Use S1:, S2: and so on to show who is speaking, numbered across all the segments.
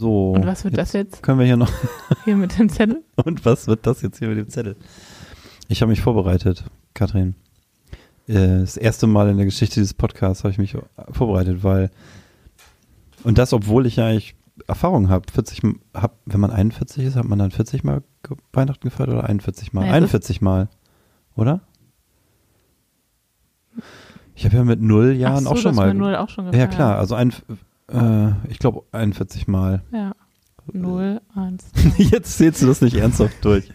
S1: So.
S2: Und was wird das jetzt
S1: Können wir hier noch.
S2: hier mit dem Zettel?
S1: Und was wird das jetzt hier mit dem Zettel? Ich habe mich vorbereitet, Katrin. Äh, Das erste Mal in der Geschichte dieses Podcasts habe ich mich vorbereitet, weil. Und das, obwohl ich ja eigentlich Erfahrung habe. 40 M- hab, wenn man 41 ist, hat man dann 40 Mal ge- Weihnachten gefeiert oder 41 Mal?
S2: Nein, es ist-
S1: 41 Mal, oder? Ich habe ja mit null Jahren
S2: Ach
S1: auch
S2: so,
S1: schon
S2: das
S1: mal.
S2: war Null auch schon
S1: ja,
S2: gefeiert.
S1: klar, also ein, äh, ich glaube 41 Mal.
S2: Ja. Null, eins.
S1: Jetzt zählst du das nicht ernsthaft durch.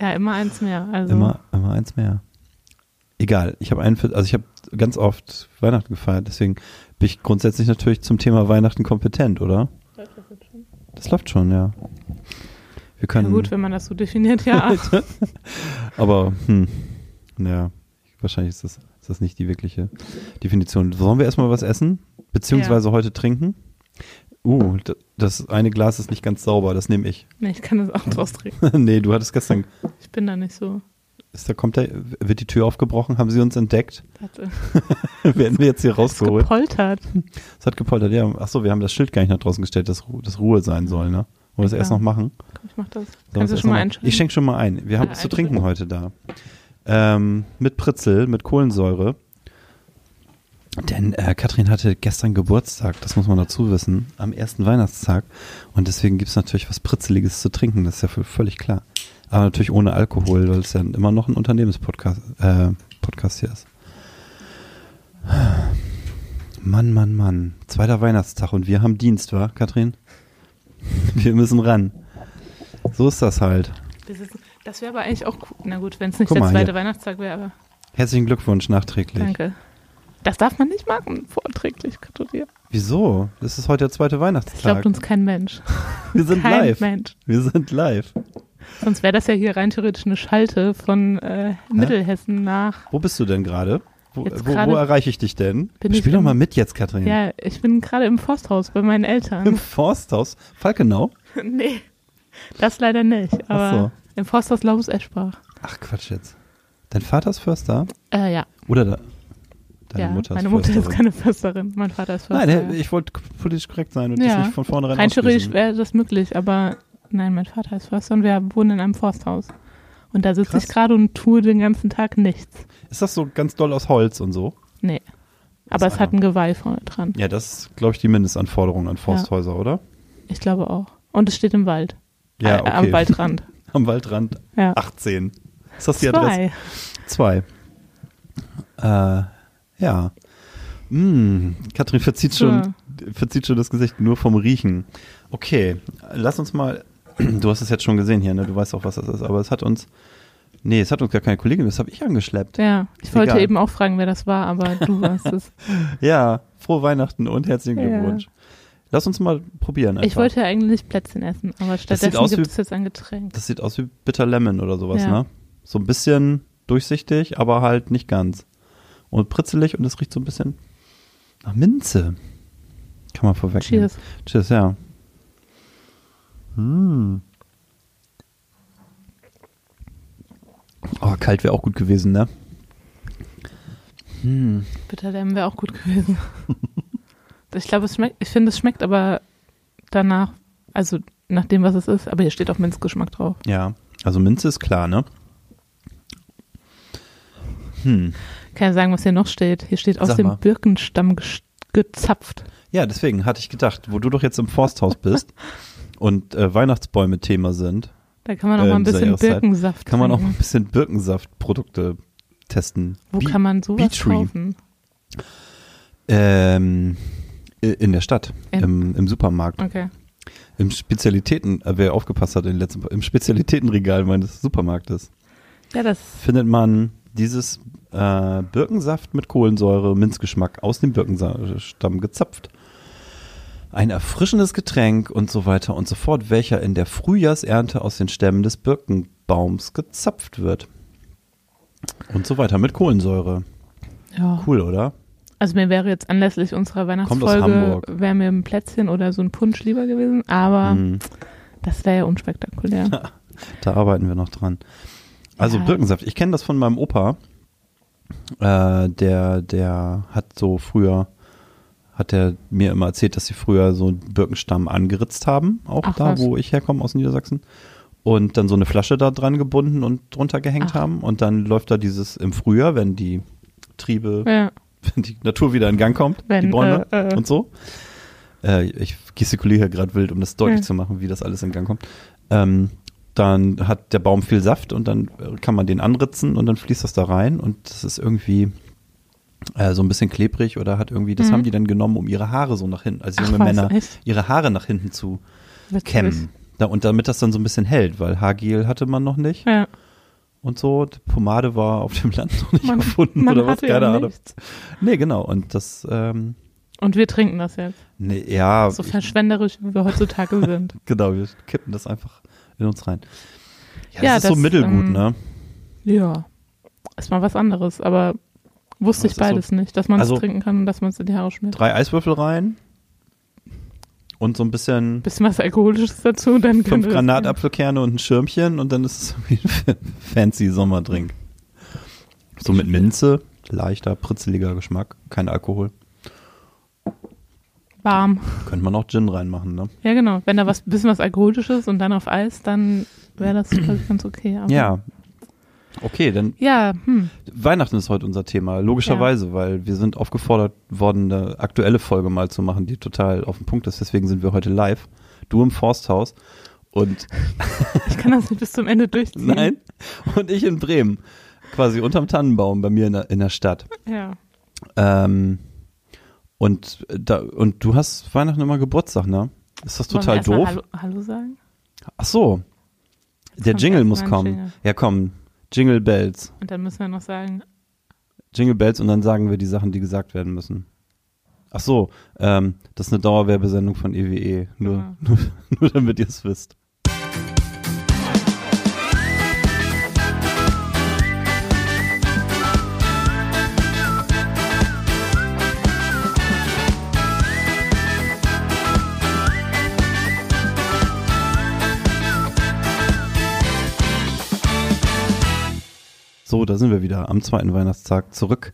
S2: Ja, immer eins mehr. Also
S1: Immer, immer eins mehr. Egal, ich habe einen, also ich habe ganz oft Weihnachten gefeiert, deswegen bin ich grundsätzlich natürlich zum Thema Weihnachten kompetent, oder? Das läuft schon, ja. Wir
S2: ja,
S1: können,
S2: gut, wenn man das so definiert, ja.
S1: aber hm, naja, wahrscheinlich ist das, ist das nicht die wirkliche Definition. Sollen wir erstmal was essen, beziehungsweise heute trinken? Uh, d- das eine Glas ist nicht ganz sauber, das nehme ich.
S2: nee, ich kann das auch draus trinken.
S1: nee, du hattest gestern,
S2: Ich bin da nicht so.
S1: ist da kommt der, wird die Tür aufgebrochen, haben sie uns entdeckt?
S2: Hatte,
S1: Werden wir jetzt hier rausgeholt?
S2: gepoltert.
S1: Es hat gepoltert, ja. Achso, wir haben das Schild gar nicht nach draußen gestellt, dass Ru das Ruhe sein soll, ne? Wollen wir das
S2: Ja.
S1: erst noch machen?
S2: Komm, ich mach das.
S1: Sollen
S2: Kannst
S1: wir
S2: du
S1: es erst
S2: schon
S1: noch
S2: mal
S1: machen?
S2: einschalten?
S1: Ich schenke schon mal ein. Wir haben
S2: Ja,
S1: was zu
S2: ein
S1: trinken
S2: Stück.
S1: heute da. Ähm, mit Pritzel, mit Kohlensäure. Denn äh, Katrin hatte gestern Geburtstag, das muss man dazu wissen, am ersten Weihnachtstag. Und deswegen gibt es natürlich was Pritzeliges zu trinken, das ist ja v- völlig klar. Aber natürlich ohne Alkohol, weil es ja immer noch ein Unternehmenspodcast äh, Podcast hier ist. Mann, Mann, Mann. Zweiter Weihnachtstag und wir haben Dienst, wa, Katrin? Wir müssen ran. So ist das halt.
S2: Das, ist- das wäre aber eigentlich auch cool. Na gut, wenn es nicht
S1: Guck
S2: der
S1: mal,
S2: zweite
S1: hier.
S2: Weihnachtstag wäre, aber
S1: Herzlichen Glückwunsch nachträglich.
S2: danke. Das darf man nicht machen, vorträglich gratulieren.
S1: Wieso? Das ist heute der zweite
S2: Das
S1: Weihnachtstag.
S2: glaubt uns kein Mensch.
S1: Wir sind
S2: kein
S1: live.
S2: Mensch.
S1: Wir sind live.
S2: Sonst wäre das ja hier rein theoretisch eine Schalte von äh, Mittelhessen nach.
S1: Wo bist du denn gerade? Wo,
S2: Jetzt
S1: wo,
S2: gerade
S1: wo erreiche ich dich denn?
S2: bin ich
S1: Spiel doch
S2: im-
S1: mal mit jetzt, Katrin.
S2: Ja, ich bin gerade im Forsthaus bei meinen
S1: Im
S2: Eltern.
S1: Forsthaus. Falkenau?
S2: nee, das leider nicht. Aber im Forsthaus Laubus Eschbach.
S1: Ach Quatsch jetzt. Dein Vater ist Förster?
S2: Äh, ja,
S1: Oder de deine
S2: ja.
S1: Mutter ist
S2: meine Mutter ist
S1: Försterin?
S2: keine Försterin, mein Vater ist Förster.
S1: Nein, hä, ich wollte k- politisch korrekt sein und
S2: Ja.
S1: das nicht von vornherein
S2: Rein theoretisch
S1: ausschließen.
S2: wäre das möglich, aber nein, mein Vater ist Förster und wir wohnen in einem Forsthaus. Und da sitze
S1: Krass.
S2: ich gerade und tue den ganzen Tag nichts.
S1: Ist das so ganz doll aus Holz und so?
S2: Nee. Aber
S1: Das
S2: es hat ein Geweih vorne dran.
S1: Ja, das ist, glaube ich, die Mindestanforderung an Forsthäuser, oder?
S2: Ich glaube auch. Und es steht im Wald.
S1: Ja,
S2: Äh,
S1: okay.
S2: Am Waldrand.
S1: Am Waldrand
S2: Ja.
S1: 18. Ist das die Adresse?
S2: Zwei.
S1: Zwei. Äh, ja. Mm, Katrin verzieht schon, verzieht schon das Gesicht nur vom Riechen. Okay, lass uns mal. Du hast es jetzt schon gesehen hier, ne? Du weißt auch, was das ist. Aber es hat uns. Nee, es hat uns gar keine Kollegin, das habe ich angeschleppt.
S2: Ja. Ich
S1: Egal.
S2: wollte eben auch fragen, wer das war, aber du warst es.
S1: Ja, frohe Weihnachten und herzlichen
S2: Ja.
S1: Glückwunsch. Lass uns mal probieren. Einfach.
S2: Ich wollte ja eigentlich Plätzchen essen, aber stattdessen
S1: aus wie-
S2: gibt es jetzt ein Getränk.
S1: Das sieht aus wie Bitter Lemon oder sowas,
S2: Ja.
S1: ne? So ein bisschen durchsichtig, aber halt nicht ganz. Und pritzelig und es riecht so ein bisschen nach Minze. Kann man vorwegnehmen.
S2: Cheers.
S1: Cheers, ja. Mm. Oh, kalt wäre auch gut gewesen, ne? Hm.
S2: Bitter Lemon wäre auch gut gewesen. ich glaube, es schmeckt, ich finde, es schmeckt aber danach, also nach dem, was es ist, aber hier steht auch Minzgeschmack drauf.
S1: Ja, also Minze ist klar, ne? Hm.
S2: Kann ja sagen, was hier noch steht. Hier steht aus
S1: Sag
S2: dem
S1: mal.
S2: Birkenstamm ges- gezapft.
S1: Ja, deswegen hatte ich gedacht, wo du doch jetzt im Forsthaus bist und äh, Weihnachtsbäume Thema sind,
S2: Da kann man auch
S1: Ähm,
S2: mal ein
S1: dieser
S2: bisschen
S1: Jahreszeit.
S2: Birkensaft
S1: kann man auch mal ein
S2: trinken.
S1: bisschen Birkensaftprodukte testen.
S2: Mhm. Wo
S1: Wie-
S2: kann man sowas
S1: Bee Tree.
S2: kaufen?
S1: Ähm, i- in der Stadt,
S2: In- Mhm.
S1: im, im Supermarkt,
S2: Okay.
S1: im Spezialitäten, äh, wer aufgepasst hat in den letzten, im Spezialitätenregal meines Supermarktes,
S2: Ja, das
S1: findet man dieses äh, Birkensaft mit Kohlensäure, Minzgeschmack aus dem Birkenstamm gezapft. Ein erfrischendes Getränk und so weiter und so fort, welcher in der Frühjahrsernte aus den Stämmen des Birkenbaums gezapft wird. Und so weiter mit Kohlensäure.
S2: ja.
S1: Cool, oder?
S2: Also mir wäre jetzt anlässlich unserer Weihnachtsfolge
S1: Hamburg.
S2: wäre mir ein Plätzchen oder so ein Punsch lieber gewesen, aber
S1: Mhm.
S2: das wäre ja unspektakulär.
S1: Da arbeiten wir noch dran. Also
S2: Ja.
S1: Birkensaft, ich kenne das von meinem Opa. Äh, der, der hat so früher, hat er mir immer erzählt, dass sie früher so einen Birkenstamm angeritzt haben, auch
S2: Ach,
S1: da,
S2: was.
S1: wo ich herkomme aus Niedersachsen. Und dann so eine Flasche da dran gebunden und drunter gehängt
S2: Ach.
S1: haben. Und dann läuft da dieses im Frühjahr, wenn die Triebe,
S2: Ja.
S1: wenn die Natur wieder in Gang kommt, die
S2: Wenn,
S1: Bäume
S2: äh, äh.
S1: und so. Äh, ich gestikuliere gerade wild, um das deutlich
S2: Ja.
S1: zu machen, wie das alles in Gang kommt. Ähm, dann hat der Baum viel Saft und dann äh, kann man den anritzen und dann fließt das da rein und das ist irgendwie äh, so ein bisschen klebrig oder hat irgendwie, das
S2: Mhm.
S1: haben die dann genommen, um ihre Haare so nach hinten, also
S2: Ach
S1: junge
S2: was,
S1: Männer,
S2: echt?
S1: ihre Haare nach hinten zu
S2: Witzig.
S1: kämmen. Da, und damit das dann so ein bisschen hält, weil Haargel hatte man noch nicht
S2: Ja.
S1: und so. Die Pomade war auf dem Land noch nicht
S2: Man-
S1: gefunden
S2: man
S1: oder was,
S2: hatte ja
S1: keine Ahnung.
S2: nichts.
S1: Nee, genau. Und das, ähm,
S2: Und wir trinken das jetzt.
S1: nee, ja,
S2: So
S1: Also ich-
S2: verschwenderisch, wie wir heutzutage sind.
S1: genau, wir kippen das einfach in uns rein. Ja, das
S2: Ja,
S1: ist so
S2: das,
S1: mittelgut,
S2: ähm,
S1: ne?
S2: Ja. Ist mal was anderes, aber
S1: Aber
S2: wusste
S1: es
S2: ich
S1: ist so-
S2: beides nicht, dass man es
S1: Also-
S2: trinken kann und dass man es in die Haare schmiert.
S1: Drei Eiswürfel rein und so ein bisschen
S2: Bisschen was Alkoholisches dazu, dann
S1: fünf
S2: könnte das-
S1: Granatapfelkerne und ein Schirmchen und dann ist es irgendwie ein fancy Sommerdrink. So mit Minze, leichter, pritzeliger Geschmack, kein Alkohol.
S2: Warm.
S1: Könnte man auch Gin reinmachen, ne?
S2: Ja, genau. Wenn da was bisschen was Alkoholisches und dann auf Eis, dann wäre das glaube ich, ganz okay. Aber
S1: Ja. Okay, dann
S2: Ja, hm.
S1: Weihnachten ist heute unser Thema, logischerweise, weil wir sind aufgefordert worden, eine aktuelle Folge mal zu machen, die total auf den Punkt ist. Deswegen sind wir heute live. Du im Forsthaus und
S2: Ich kann das nicht bis zum Ende durchziehen.
S1: nein und ich in Bremen, quasi unterm Tannenbaum bei mir in der, in der Stadt.
S2: Ja.
S1: Ähm, und da und du hast Weihnachten immer Geburtstag, ne? Ist das total
S2: Wollen wir
S1: doof?
S2: erst mal Hallo, Hallo sagen?
S1: Ach so, der
S2: kommt
S1: Jingle
S2: erst
S1: muss
S2: mal ein
S1: kommen.
S2: Jingle.
S1: Ja, komm, Jingle Bells,
S2: Und dann müssen wir noch sagen,
S1: Jingle Bells und dann sagen wir die Sachen, die gesagt werden müssen. Ach so, ähm, das ist eine Dauerwerbesendung von EWE. Nur,
S2: Ja.
S1: nur, nur damit ihr es wisst. So, da sind wir wieder am zweiten Weihnachtstag zurück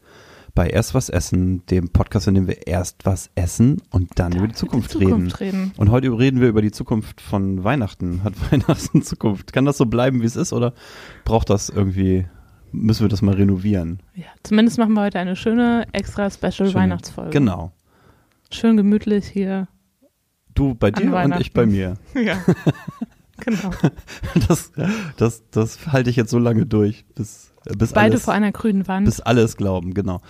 S1: bei Erst was essen, dem Podcast, in dem wir erst was essen und dann über die Zukunft, reden.
S2: Zukunft reden.
S1: Und heute reden wir über die Zukunft von Weihnachten. Hat Weihnachten Zukunft? Kann das so bleiben, wie es ist, oder braucht das irgendwie, müssen wir das mal renovieren?
S2: Ja, zumindest machen wir heute eine schöne extra Special
S1: Schöne-
S2: Weihnachtsfolge.
S1: Genau.
S2: Schön gemütlich hier.
S1: Du bei dir und ich
S2: Weihnachten.
S1: bei mir.
S2: Ja. genau.
S1: Das, das, das halte ich jetzt so lange durch, bis, äh, bis
S2: Beide
S1: alles,
S2: vor einer grünen Wand.
S1: bis alles glauben, genau.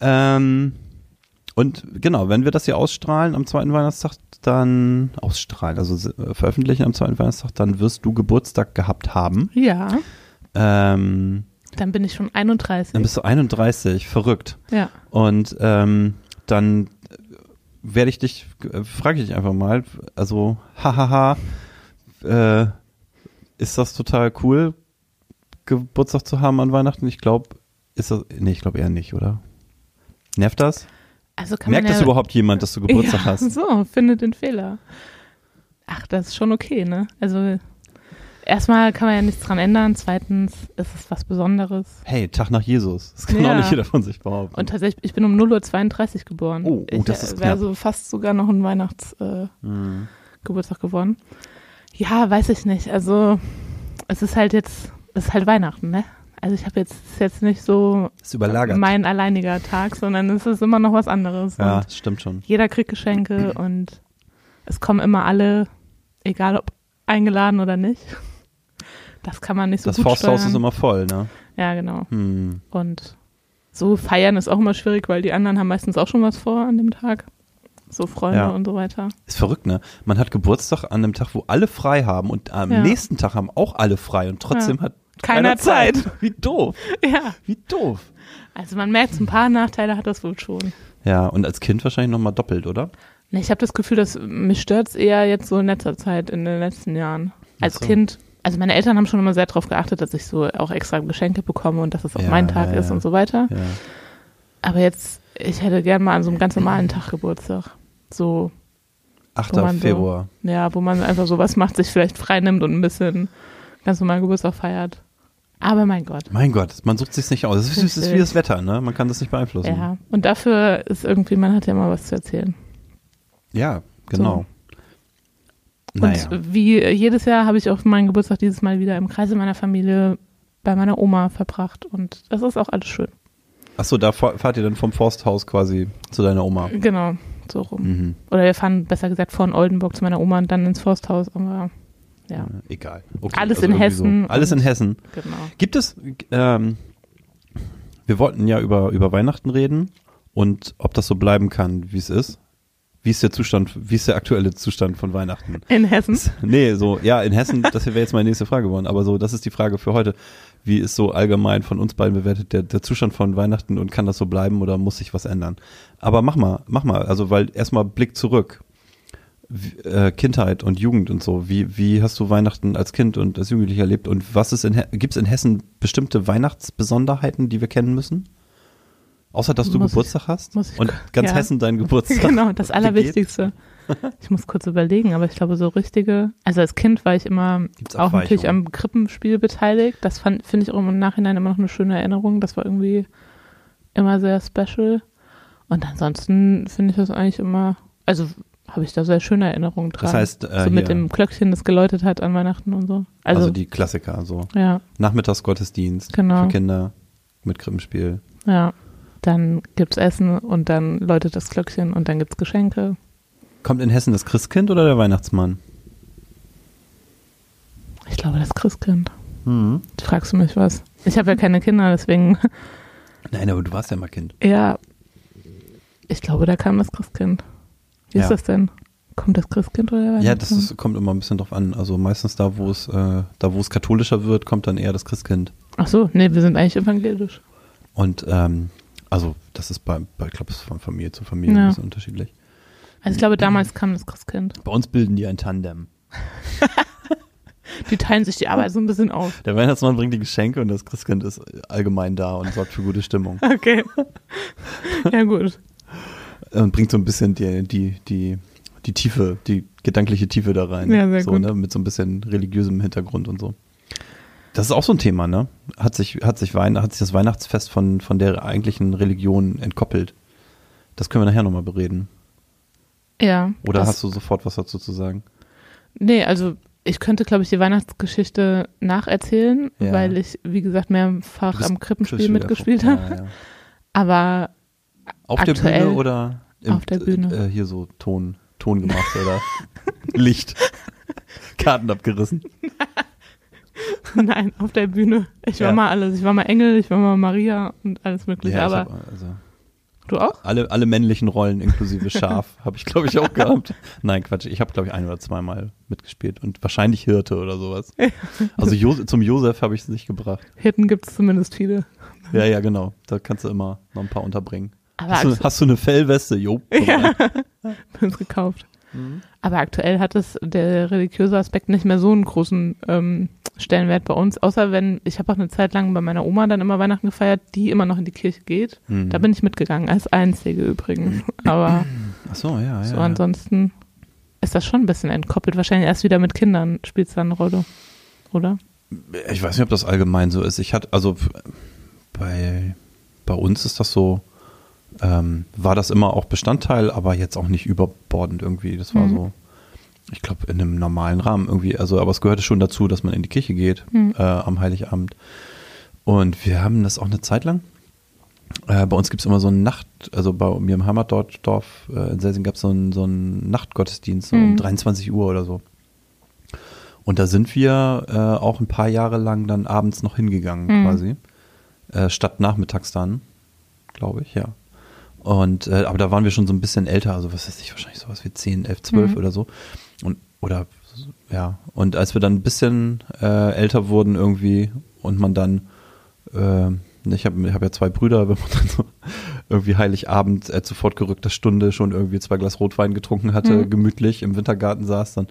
S1: Ähm, und genau, wenn wir das hier ausstrahlen am zweiten Weihnachtstag, dann ausstrahlen, also äh, veröffentlichen am zweiten Weihnachtstag, dann wirst du Geburtstag gehabt haben.
S2: ja.
S1: Ähm,
S2: Dann bin ich schon 31.
S1: dann bist du 31, verrückt.
S2: ja.
S1: Und ähm, dann werde ich dich, äh, frage ich dich einfach mal, also hahaha, äh, ist das total cool, Geburtstag zu haben an Weihnachten? Ich glaube, ist das, nee, ich glaube eher nicht, oder? Nervt das?
S2: Also kann
S1: Merkt
S2: man
S1: das
S2: ja,
S1: überhaupt jemand, dass du Geburtstag
S2: ja,
S1: hast?
S2: So, finde den Fehler. Ach, das ist schon okay, ne? Also erstmal kann man ja nichts dran ändern. Zweitens ist es was Besonderes.
S1: Hey, Tag nach Jesus. Das kann auch
S2: Ja.
S1: nicht jeder von sich behaupten.
S2: Und tatsächlich, ich bin um 0.32 Uhr geboren.
S1: Oh, oh,
S2: ich,
S1: das ist
S2: wäre
S1: knapp.
S2: so fast sogar noch ein Weihnachts... Äh,
S1: Mhm.
S2: Geburtstag geworden. Ja, weiß ich nicht. Also es ist halt jetzt, es ist halt Weihnachten, ne? Also ich habe jetzt es ist jetzt nicht so
S1: ist überlagert.
S2: mein alleiniger Tag, sondern es ist immer noch was anderes.
S1: ja,
S2: Und
S1: das stimmt schon.
S2: jeder kriegt Geschenke und es kommen immer alle, egal ob eingeladen oder nicht. Das kann man nicht so
S1: Das
S2: gut
S1: Forsthaus
S2: steuern.
S1: ist immer voll, ne?
S2: Ja, genau.
S1: Hm.
S2: Und so feiern ist auch immer schwierig, weil die anderen haben meistens auch schon was vor an dem Tag. So Freunde
S1: Ja.
S2: und so weiter.
S1: Ist verrückt, ne? Man hat Geburtstag an einem Tag, wo alle frei haben und am
S2: Ja.
S1: nächsten Tag haben auch alle frei und trotzdem
S2: Ja.
S1: hat
S2: Keiner
S1: Wie doof,
S2: Ja.
S1: wie doof.
S2: Also man merkt, so ein paar Nachteile hat das wohl schon.
S1: Ja, und als Kind wahrscheinlich nochmal doppelt, oder?
S2: Ne, Ich habe das Gefühl, dass mich stört's eher jetzt so in letzter Zeit, in den letzten Jahren. Als
S1: Ach so.
S2: Kind, also meine Eltern haben schon immer sehr darauf geachtet, dass ich so auch extra Geschenke bekomme und dass es auch
S1: Ja,
S2: mein Tag
S1: ja,
S2: ist
S1: ja.
S2: und so weiter.
S1: Ja.
S2: Aber jetzt, ich hätte gern mal an so einem ganz normalen Tag Geburtstag. So,
S1: 8.
S2: Wo man so-
S1: Februar.
S2: ja, wo man einfach sowas macht, sich vielleicht frei nimmt und ein bisschen ganz normal Geburtstag feiert. Aber mein Gott.
S1: Mein Gott, man sucht sich nicht aus. Das ist, das ist wie das Wetter, ne? Man kann das nicht beeinflussen.
S2: Ja. Und dafür ist irgendwie, man hat ja mal was zu erzählen.
S1: Ja, genau.
S2: Und
S1: Naja.
S2: wie jedes Jahr habe ich auch meinen Geburtstag dieses Mal wieder im Kreise meiner Familie bei meiner Oma verbracht. Und das ist auch alles schön.
S1: Achso, da fahr- fahrt ihr dann vom Forsthaus quasi zu deiner Oma.
S2: Genau, so rum.
S1: Mhm.
S2: Oder wir fahren besser gesagt von Oldenburg zu meiner Oma und dann ins Forsthaus. Aber ja,
S1: Egal. Okay, also
S2: Alles in
S1: irgendwie
S2: Hessen
S1: So. Alles in
S2: und-
S1: Hessen.
S2: genau.
S1: Gibt es, ähm, wir wollten ja über, über Weihnachten reden und ob das so bleiben kann, wie es ist. Wie ist der Zustand, wie ist der aktuelle Zustand von Weihnachten?
S2: In Hessen.
S1: Nee, so, ja, in Hessen, das wäre jetzt meine nächste Frage geworden, aber so, das ist die Frage für heute. Wie ist so allgemein von uns beiden bewertet der, der Zustand von Weihnachten und kann das so bleiben oder muss sich was ändern? Aber mach mal, mach mal, also, weil erstmal Blick zurück. Wie, äh, Kindheit und Jugend und so. Wie, wie hast du Weihnachten als Kind und als Jugendlicher erlebt und was ist in, gibt es in Hessen bestimmte Weihnachtsbesonderheiten, die wir kennen müssen? Außer, dass du
S2: Muss ich-
S1: Geburtstag hast
S2: muss ich-
S1: und ganz
S2: ja.
S1: Hessen deinen Geburtstag.
S2: genau, das
S1: begeht?
S2: Allerwichtigste. Ich muss kurz überlegen, aber ich glaube, so richtige. Also als Kind war ich immer
S1: Gibt's
S2: auch natürlich
S1: Abweichungen?
S2: am Krippenspiel beteiligt. Das fand- finde ich auch im Nachhinein immer noch eine schöne Erinnerung. Das war irgendwie immer sehr special. Und ansonsten finde ich das eigentlich immer, also habe ich da sehr schöne Erinnerungen dran.
S1: Das heißt, äh,
S2: so mit
S1: hier,
S2: dem Glöckchen, das geläutet hat an Weihnachten und so. Also,
S1: also die Klassiker, so.
S2: ja,
S1: Nachmittagsgottesdienst
S2: Genau.
S1: für Kinder mit Krippenspiel.
S2: ja. Dann gibt's Essen und dann läutet das Glöckchen und dann gibt's Geschenke.
S1: Kommt in Hessen das Christkind oder der Weihnachtsmann?
S2: Ich glaube, das Christkind.
S1: Mhm.
S2: Fragst du mich was? Ich habe ja keine Kinder, deswegen.
S1: Nein, aber du warst ja mal Kind.
S2: Ja. Ich glaube, da kam das Christkind. Wie
S1: Ja.
S2: ist das denn? Kommt das Christkind oder der
S1: Ja, das
S2: Weihnachtsmann?
S1: ist, kommt immer ein bisschen drauf an. Also meistens da, wo es, äh, da, wo es katholischer wird, kommt dann eher das Christkind.
S2: Ach so, nee, wir sind eigentlich evangelisch.
S1: Und ähm, also das ist bei, bei ich glaube, es ist von Familie zu Familie
S2: Ja.
S1: ein bisschen unterschiedlich.
S2: Also ich glaube, damals kam das Christkind.
S1: Bei uns bilden die ein Tandem.
S2: Die teilen sich die Arbeit so ein bisschen auf.
S1: Der Weihnachtsmann bringt die Geschenke und das Christkind ist allgemein da und sorgt für gute Stimmung.
S2: Okay. ja, gut.
S1: und Äh, bringt so ein bisschen die, die, die, die Tiefe, die gedankliche Tiefe da rein.
S2: Ja, sehr
S1: so,
S2: gut.
S1: Ne? Mit so ein bisschen religiösem Hintergrund und so. Das ist auch so ein Thema, ne? Hat sich, hat sich, Weihn hat sich das Weihnachtsfest von, von der eigentlichen Religion entkoppelt. Das können wir nachher nochmal bereden.
S2: Ja.
S1: Oder
S2: das,
S1: hast du sofort was dazu zu sagen?
S2: Nee, also ich könnte, glaube ich, die Weihnachtsgeschichte nacherzählen,
S1: Ja.
S2: weil ich, wie gesagt,
S1: Du
S2: mehrfach
S1: bist
S2: am Krippenspiel
S1: Tisch wieder
S2: mitgespielt
S1: vor-
S2: habe.
S1: Ja, ja.
S2: Aber
S1: Auf der
S2: Aktuell
S1: Bühne oder
S2: auf der Bühne.
S1: Äh, hier so Ton, Ton gemacht oder Licht. Karten abgerissen.
S2: Nein, auf der Bühne. Ich war
S1: Ja.
S2: mal alles. Ich war mal Engel, ich war mal Maria und alles Mögliche.
S1: ich
S2: aber
S1: hab, also
S2: du auch?
S1: Alle, alle männlichen Rollen inklusive Schaf habe ich, glaube ich, auch gehabt. Nein, Quatsch. Ich habe, glaube ich, ein oder zweimal mitgespielt und wahrscheinlich Hirte oder sowas. Also Jose zum Josef habe ich es nicht gebracht.
S2: Hirten gibt es zumindest viele.
S1: Ja, ja, genau. Da kannst du immer noch ein paar unterbringen.
S2: Aber
S1: Hast du,
S2: aktu-
S1: hast du eine Fellweste? Jo.
S2: ja, wir haben's gekauft.
S1: Mhm.
S2: Aber aktuell hat es der religiöse Aspekt nicht mehr so einen großen ähm, Stellenwert bei uns. Außer wenn, ich habe auch eine Zeit lang bei meiner Oma dann immer Weihnachten gefeiert, die immer noch in die Kirche geht.
S1: Mhm.
S2: Da bin ich mitgegangen, als Einzige übrigens. Aber
S1: Ach so, ja, ja.
S2: so
S1: ja.
S2: ansonsten ist das schon ein bisschen entkoppelt. Wahrscheinlich erst wieder mit Kindern spielt es dann eine Rolle. Oder?
S1: Ich weiß nicht, ob das allgemein so ist. Ich hatte, also f- bei, bei uns ist das so, ähm, war das immer auch Bestandteil, aber jetzt auch nicht überbordend irgendwie. Das war
S2: Mhm.
S1: so, ich glaube, in einem normalen Rahmen irgendwie. Also, aber es gehörte schon dazu, dass man in die Kirche geht
S2: Mhm.
S1: äh, am Heiligabend. Und wir haben das auch eine Zeit lang. Äh, bei uns gibt es immer so eine Nacht, also bei mir im Heimatdorf äh, in Selsing gab es so einen so einen Nachtgottesdienst so um
S2: Mhm.
S1: 23 Uhr oder so. Und da sind wir äh, auch ein paar Jahre lang dann abends noch hingegangen
S2: Mhm.
S1: quasi. Äh, statt nachmittags dann, glaube ich, ja. Und äh, aber da waren wir schon so ein bisschen älter, also was weiß ich, wahrscheinlich sowas wie 10, 11, 12
S2: Mhm.
S1: oder so. Und oder ja, und als wir dann ein bisschen äh, älter wurden irgendwie und man dann ähm, ich habe ich hab ja zwei Brüder, wenn man dann so irgendwie Heiligabend äh, zu fortgerückter Stunde schon irgendwie zwei Glas Rotwein getrunken hatte,
S2: Mhm.
S1: gemütlich im Wintergarten saß, dann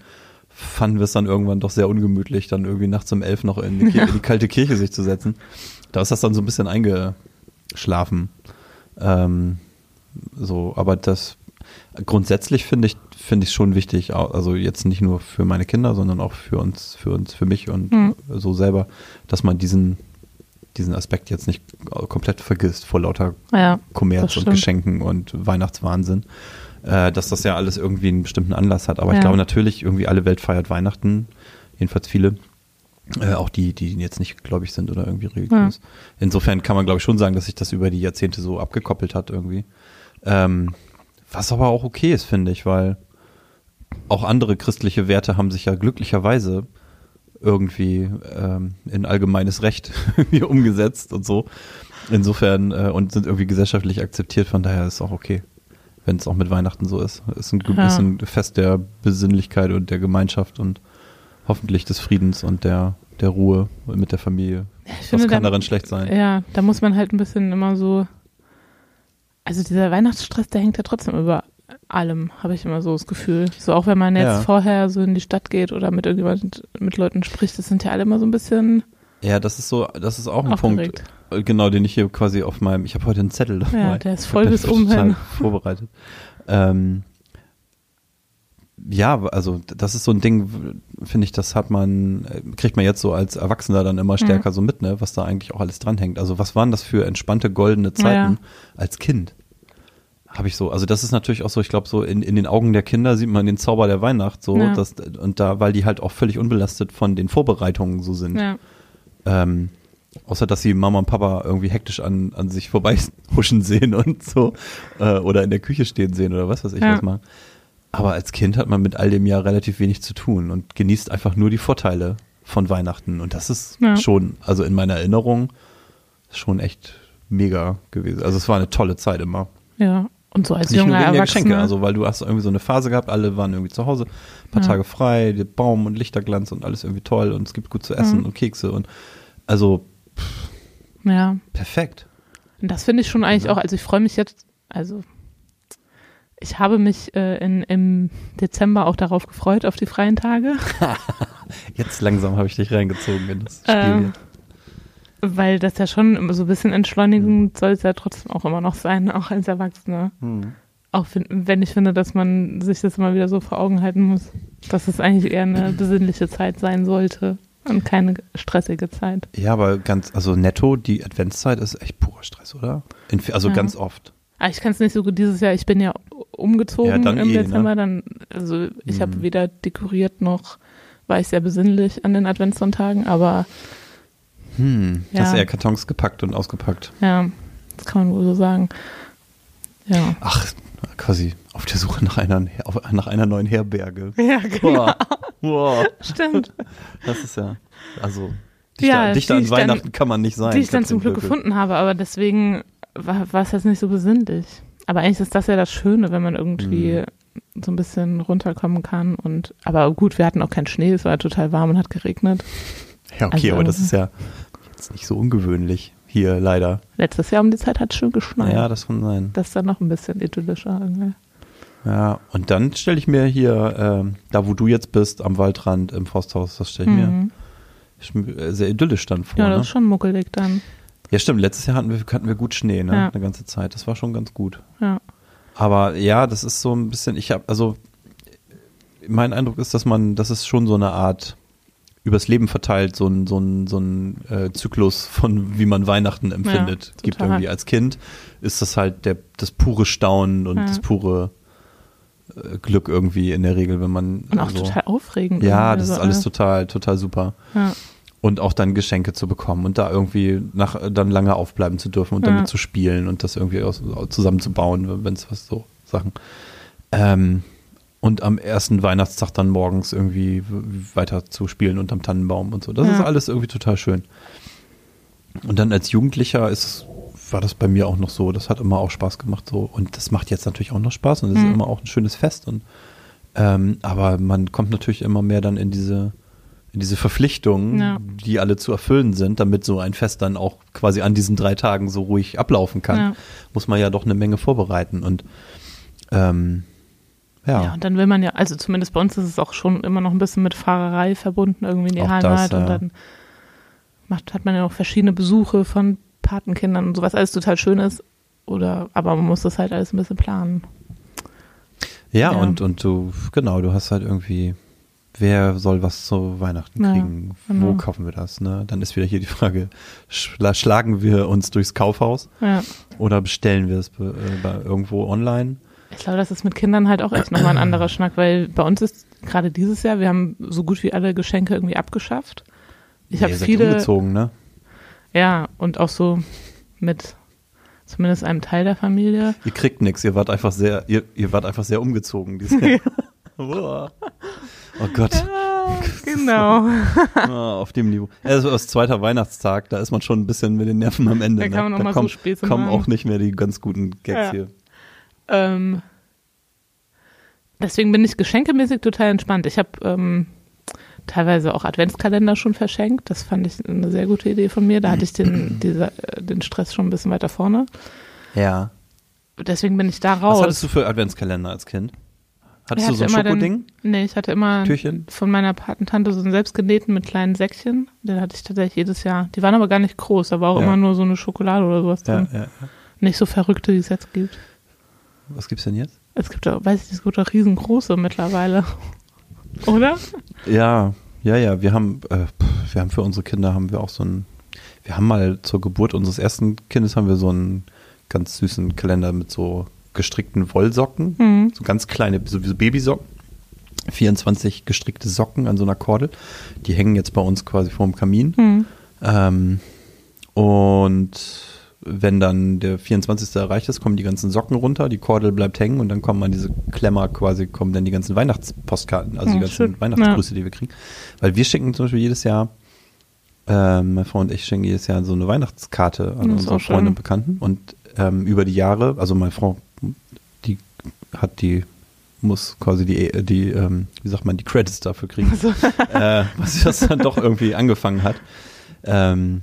S1: fanden wir es dann irgendwann doch sehr ungemütlich, dann irgendwie nachts um elf noch in die, Ki- in die kalte Kirche sich zu setzen. Da ist das dann so ein bisschen eingeschlafen. Ähm, so, aber das grundsätzlich finde ich finde ich schon wichtig, au- also jetzt nicht nur für meine Kinder, sondern auch für uns, für uns, für mich und
S2: Mhm.
S1: so selber, dass man diesen diesen Aspekt jetzt nicht komplett vergisst vor lauter
S2: Ja, das
S1: Kommerz und
S2: stimmt.
S1: Geschenken und Weihnachtswahnsinn, äh, dass das ja alles irgendwie einen bestimmten Anlass hat. Aber ich
S2: Ja.
S1: glaube natürlich, irgendwie alle Welt feiert Weihnachten, jedenfalls viele. Äh, auch die, die jetzt nicht gläubig sind oder irgendwie religiös. Insofern kann man, glaube ich, schon sagen, dass sich das über die Jahrzehnte so abgekoppelt hat irgendwie. Ähm, was aber auch okay ist, finde ich, weil auch andere christliche Werte haben sich ja glücklicherweise irgendwie ähm, in allgemeines Recht irgendwie umgesetzt und so. Insofern äh, und sind irgendwie gesellschaftlich akzeptiert, von daher ist auch okay, wenn es auch mit Weihnachten so ist. Es ist ein,
S2: Ja.
S1: ist ein Fest der Besinnlichkeit und der Gemeinschaft und hoffentlich des Friedens und der, der Ruhe mit der Familie.
S2: Ich
S1: Was
S2: finde, äh,
S1: kann
S2: da,
S1: daran schlecht sein?
S2: ja, da muss man halt ein bisschen immer so. Also dieser Weihnachtsstress, der hängt ja trotzdem über allem, habe ich immer so das Gefühl. So auch wenn man jetzt
S1: Ja.
S2: vorher so in die Stadt geht oder mit irgendjemand, mit Leuten spricht, das sind ja alle immer so ein bisschen
S1: Ja, das ist so, das ist auch ein Punkt,
S2: aufgeregt.
S1: äh, genau, den ich hier quasi auf meinem, ich habe heute einen Zettel dabei.
S2: Ja, der ist
S1: Ich hab
S2: voll
S1: den
S2: bis
S1: total
S2: oben hin.
S1: Vorbereitet. Ähm, ja, also das ist so ein Ding, w- finde ich, das hat man, äh, kriegt man jetzt so als Erwachsener dann
S2: Mhm.
S1: immer stärker so mit, ne, was da eigentlich auch alles dranhängt. Also was waren das für entspannte goldene Zeiten als Kind? Habe ich so. Also das ist natürlich auch so, ich glaube, so in, in den Augen der Kinder sieht man den Zauber der Weihnacht so,
S2: Ja.
S1: dass, und da, weil die halt auch völlig unbelastet von den Vorbereitungen so sind.
S2: Ja.
S1: Ähm, außer dass sie Mama und Papa irgendwie hektisch an, an sich vorbeihuschen sehen und so. Äh, oder in der Küche stehen sehen oder was weiß ich
S2: Ja.
S1: was machen. Aber als Kind hat man mit all dem ja relativ wenig zu tun und genießt einfach nur die Vorteile von Weihnachten. Und das ist
S2: Ja.
S1: schon, also in meiner Erinnerung, schon echt mega gewesen. Also es war eine tolle Zeit immer.
S2: ja. Und so als
S1: Nicht nur
S2: junger
S1: wegen der Geschenke,
S2: Erwachsener.
S1: also weil du hast irgendwie so eine Phase gehabt, alle waren irgendwie zu Hause, ein paar
S2: Ja.
S1: Tage frei, der Baum und Lichterglanz und alles irgendwie toll und es gibt gut zu essen
S2: Mhm.
S1: und Kekse und also
S2: ja.
S1: perfekt.
S2: Und das finde ich schon eigentlich
S1: also- Ja.
S2: auch, also ich freue mich jetzt, also ich habe mich äh, in, im Dezember auch darauf gefreut, auf die freien Tage,
S1: Jetzt langsam habe ich dich reingezogen in das Spiel.
S2: Ähm,
S1: hier.
S2: weil das ja schon immer so ein bisschen entschleunigend
S1: Mhm.
S2: soll es ja trotzdem auch immer noch sein, auch als Erwachsener.
S1: Hm.
S2: Auch wenn, wenn ich finde, dass man sich das immer wieder so vor Augen halten muss, dass es eigentlich eher eine besinnliche Zeit sein sollte und keine stressige Zeit.
S1: Ja, aber ganz, also netto, die Adventszeit ist echt purer Stress, oder? In, also
S2: Ja.
S1: ganz oft.
S2: Aber Ah, ich kann es nicht so gut dieses Jahr, ich bin ja umgezogen
S1: Ja, dann
S2: im
S1: eh, ne?
S2: Dezember, dann, also ich habe
S1: Mhm.
S2: weder dekoriert noch war ich sehr besinnlich an den Adventssonntagen, aber
S1: Hm.
S2: Ja.
S1: Hast du ja Kartons gepackt und ausgepackt.
S2: ja, das kann man wohl so sagen. Ja.
S1: Ach, quasi auf der Suche nach einer, auf, nach einer neuen Herberge.
S2: Ja,
S1: Wow. wow.
S2: Stimmt.
S1: Das ist ja, also dichter,
S2: Ja,
S1: dichter
S2: die
S1: an
S2: ich dann-
S1: Weihnachten kann man nicht sein.
S2: Die ich dann zum
S1: Katrin
S2: Glück
S1: Böckel.
S2: gefunden habe, aber deswegen war, war es jetzt nicht so besinnlich. Aber eigentlich ist das ja das Schöne, wenn man irgendwie
S1: Mhm.
S2: so ein bisschen runterkommen kann und aber gut, wir hatten auch keinen Schnee, es war total warm und hat geregnet.
S1: Ja, okay,
S2: Also-
S1: aber das ist ja jetzt nicht so ungewöhnlich hier leider.
S2: Letztes Jahr um die Zeit hat es schön geschneit.
S1: Ja, das kann sein.
S2: Das ist dann noch ein bisschen idyllischer irgendwie.
S1: Ja, und dann stelle ich mir hier, ähm, da wo du jetzt bist, am Waldrand im Forsthaus, das stelle ich
S2: Mhm.
S1: mir sch- äh, sehr idyllisch dann vor.
S2: Ja,
S1: ne?
S2: das ist schon muckelig dann.
S1: ja, stimmt, letztes Jahr hatten wir, hatten wir gut Schnee, ne?
S2: Ja.
S1: Eine ganze Zeit. Das war schon ganz gut.
S2: Ja.
S1: Aber ja, das ist so ein bisschen, ich habe, also mein Eindruck ist, dass man, das ist schon so eine Art übers Leben verteilt, so ein, so ein, so ein äh, Zyklus von wie man Weihnachten empfindet.
S2: total.
S1: Gibt irgendwie als Kind ist das halt der, das pure Staunen und
S2: Ja.
S1: das pure äh, Glück irgendwie in der Regel, wenn man
S2: Und auch
S1: so-
S2: total aufregend.
S1: Also ja,
S2: irgendwie
S1: das
S2: so,
S1: ist alles
S2: ne?
S1: total, total super.
S2: Ja.
S1: Und auch dann Geschenke zu bekommen und da irgendwie nach, dann lange aufbleiben zu dürfen und
S2: Ja.
S1: damit zu spielen und das irgendwie aus, zusammenzubauen, wenn es was so Sachen. Ähm, und am ersten Weihnachtstag dann morgens irgendwie w- weiter zu spielen unterm Tannenbaum und so. Das
S2: Ja.
S1: ist alles irgendwie total schön. Und dann als Jugendlicher ist es war das bei mir auch noch so. Das hat immer auch Spaß gemacht so. Und das macht jetzt natürlich auch noch Spaß und es ist
S2: Mhm.
S1: immer auch ein schönes Fest. Und, ähm, aber man kommt natürlich immer mehr dann in diese, in diese Verpflichtungen,
S2: Ja.
S1: die alle zu erfüllen sind, damit so ein Fest dann auch quasi an diesen drei Tagen so ruhig ablaufen kann.
S2: Ja.
S1: Muss man ja doch eine Menge vorbereiten. Und ähm, ja.
S2: Ja, und dann will man ja, also zumindest bei uns ist es auch schon immer noch ein bisschen mit Fahrerei verbunden, irgendwie in die
S1: Auch das,
S2: Heimat.
S1: ja.
S2: Und dann macht, hat man ja auch verschiedene Besuche von Patenkindern und sowas, alles total schön ist. Oder, aber man muss das halt alles ein bisschen planen.
S1: Ja,
S2: Ja.
S1: Und, und du, genau, du hast halt irgendwie wer soll was zu Weihnachten
S2: Ja,
S1: kriegen? Wo
S2: genau.
S1: kaufen wir das? Ne? Dann ist wieder hier die Frage, schla schlagen wir uns durchs Kaufhaus
S2: Ja.
S1: oder bestellen wir es be- äh, bei irgendwo online?
S2: Ich glaube, das ist mit Kindern halt auch echt nochmal ein anderer Schnack, weil bei uns ist gerade dieses Jahr, wir haben so gut wie alle Geschenke irgendwie abgeschafft. Ich
S1: Ja,
S2: habe
S1: ihr seid
S2: viele,
S1: umgezogen, ne?
S2: ja, und auch so mit zumindest einem Teil der Familie.
S1: Ihr kriegt nichts, ihr wart einfach sehr, ihr, ihr wart einfach sehr umgezogen. dieses Jahr. Uah. oh Gott,
S2: genau.
S1: ah, auf dem Niveau. Also aus zweiter Weihnachtstag, da ist man schon ein bisschen mit den Nerven am Ende.
S2: Da kann man
S1: ne?
S2: noch mal so
S1: kommen,
S2: Späße
S1: kommen
S2: machen.
S1: auch nicht mehr die ganz guten Gags
S2: Ja.
S1: hier.
S2: Ähm, deswegen bin ich geschenkemäßig total entspannt. Ich habe ähm, teilweise auch Adventskalender schon verschenkt. Das fand ich eine sehr gute Idee von mir. Da hatte ich den, dieser, äh, den Stress schon ein bisschen weiter vorne.
S1: Ja.
S2: Deswegen bin ich da
S1: Was
S2: raus.
S1: hattest du für Adventskalender als Kind? Hattest
S2: Oh, Ich
S1: du so ein
S2: hatte immer den-
S1: Schokoding?
S2: Nee, ich hatte immer
S1: Türchen?
S2: von meiner Patentante so einen selbstgenähten mit kleinen Säckchen. Den hatte ich tatsächlich jedes Jahr. Die waren aber gar nicht groß, da war auch
S1: Ja.
S2: immer nur so eine Schokolade oder sowas
S1: Ja,
S2: drin.
S1: ja. ja.
S2: Nicht so verrückte, wie es jetzt gibt.
S1: Was gibt's denn jetzt?
S2: Es gibt doch, weiß ich nicht, es gibt doch riesengroße mittlerweile. Oder?
S1: Ja, ja, ja. Wir haben, äh, pff, wir haben für unsere Kinder haben wir auch so einen. Wir haben mal zur Geburt unseres ersten Kindes haben wir so einen ganz süßen Kalender mit so gestrickten Wollsocken,
S2: Mhm.
S1: so ganz kleine, so, so Babysocken. 24 gestrickte Socken an so einer Kordel. Die hängen jetzt bei uns quasi vorm Kamin.
S2: Hm.
S1: Ähm, und wenn dann der 24. erreicht ist, kommen die ganzen Socken runter, die Kordel bleibt hängen und dann kommen an diese Klemmer quasi, kommen dann die ganzen Weihnachtspostkarten, also die
S2: Ja,
S1: ganzen
S2: Hm, schön.
S1: Weihnachtsgrüße, die wir kriegen. Weil wir schicken zum Beispiel jedes Jahr, ähm, mein Freund und ich schicken jedes Jahr so eine Weihnachtskarte an
S2: Das ist
S1: unsere
S2: auch schön.
S1: Freunde und Bekannten und ähm, über die Jahre, also meine Frau, die hat die muss quasi die, die ähm, wie sagt man, die Credits dafür kriegen, äh, was sie das dann doch irgendwie angefangen hat, ähm,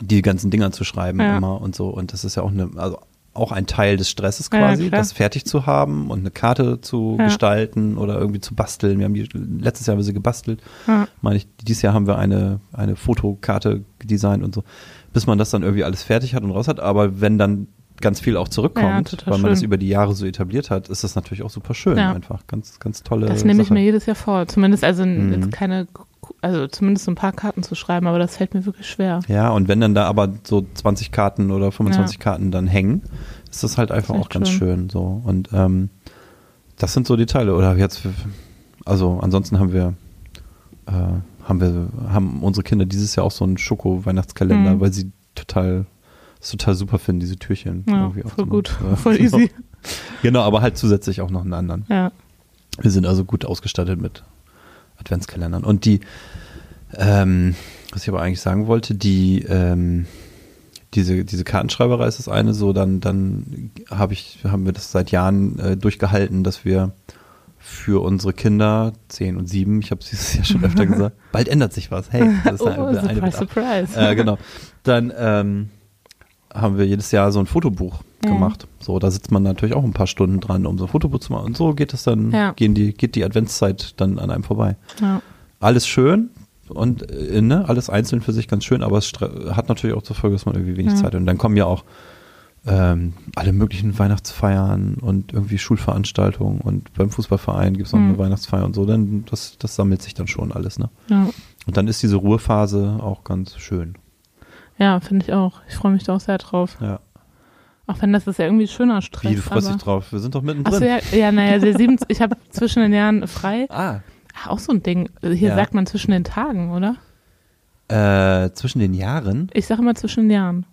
S1: die ganzen Dinger zu schreiben
S2: Ja.
S1: immer und so. Und das ist ja auch eine, also auch ein Teil des Stresses
S2: Ja,
S1: quasi,
S2: klar.
S1: das fertig zu haben und eine Karte zu
S2: Ja.
S1: gestalten oder irgendwie zu basteln. Wir haben die letztes Jahr haben wir sie gebastelt
S2: Ja.
S1: meine ich, dieses Jahr haben wir eine, eine Fotokarte designt und so, bis man das dann irgendwie alles fertig hat und raus hat. Aber wenn dann ganz viel auch
S2: Ja,
S1: zurückkommt,
S2: total
S1: weil man
S2: schön.
S1: das über die Jahre so etabliert hat, ist das natürlich auch super schön
S2: Ja.
S1: einfach. Ganz, ganz tolle
S2: Das nehme ich
S1: äh, Sache.
S2: mir jedes Jahr vor. Zumindest, also
S1: Mhm.
S2: jetzt keine, also zumindest ein paar Karten zu schreiben, aber das fällt mir wirklich schwer.
S1: Ja, und wenn dann da aber so 20 Karten oder 25 Karten dann hängen, ist das halt einfach
S2: ist
S1: auch
S2: echt
S1: ganz
S2: schön.
S1: schön so. Und ähm, das sind so die Teile. Oder jetzt, also ansonsten haben wir, äh, haben wir, haben unsere Kinder dieses Jahr auch so einen Schoko-Weihnachtskalender,
S2: Mhm.
S1: weil sie total, es total super finden, diese Türchen.
S2: Ja,
S1: irgendwie
S2: voll
S1: aufzumachen.
S2: gut,
S1: Ja,
S2: voll
S1: genau.
S2: easy.
S1: Genau, aber halt zusätzlich auch noch einen anderen.
S2: Ja.
S1: Wir sind also gut ausgestattet mit Adventskalendern. Und die, ähm, was ich aber eigentlich sagen wollte, die, ähm, diese, diese Kartenschreiberei ist das eine, so dann, dann habe ich, haben wir das seit Jahren äh, durchgehalten, dass wir für unsere Kinder, 10 und 7, ich habe es dieses Jahr schon öfter gesagt, bald ändert sich was. Hey, das ist
S2: Oh,
S1: eine, eine
S2: surprise,
S1: mit acht.
S2: surprise.
S1: Äh, genau. Dann ähm, haben wir jedes Jahr so ein Fotobuch
S2: Ja.
S1: gemacht. So, da sitzt man natürlich auch ein paar Stunden dran, um so ein Fotobuch zu machen. Und so geht es dann,
S2: Ja.
S1: gehen die, geht die Adventszeit dann an einem vorbei.
S2: Ja.
S1: Alles schön und äh, ne, alles einzeln für sich ganz schön, aber es stre- hat natürlich auch zur Folge, dass man irgendwie wenig
S2: Ja.
S1: Zeit hat. Und dann kommen ja auch ähm, alle möglichen Weihnachtsfeiern und irgendwie Schulveranstaltungen und beim Fußballverein gibt es noch
S2: Mhm.
S1: eine Weihnachtsfeier und so, dann das, das sammelt sich dann schon alles, ne?
S2: Ja.
S1: Und dann ist diese Ruhephase auch ganz schön.
S2: Ja, finde ich auch. Ich freue mich da auch sehr drauf.
S1: Ja.
S2: Auch wenn das ist ja irgendwie schöner Stress.
S1: Wie, du freust
S2: aber-
S1: dich drauf. Wir sind doch mittendrin.
S2: Achso, ja, ja, naja, der sieben, ich habe zwischen den Jahren frei.
S1: Ah.
S2: Ah, Auch so ein Ding. Hier
S1: Ja.
S2: sagt man zwischen den Tagen, oder?
S1: Äh, zwischen den Jahren?
S2: Ich sage immer zwischen den Jahren.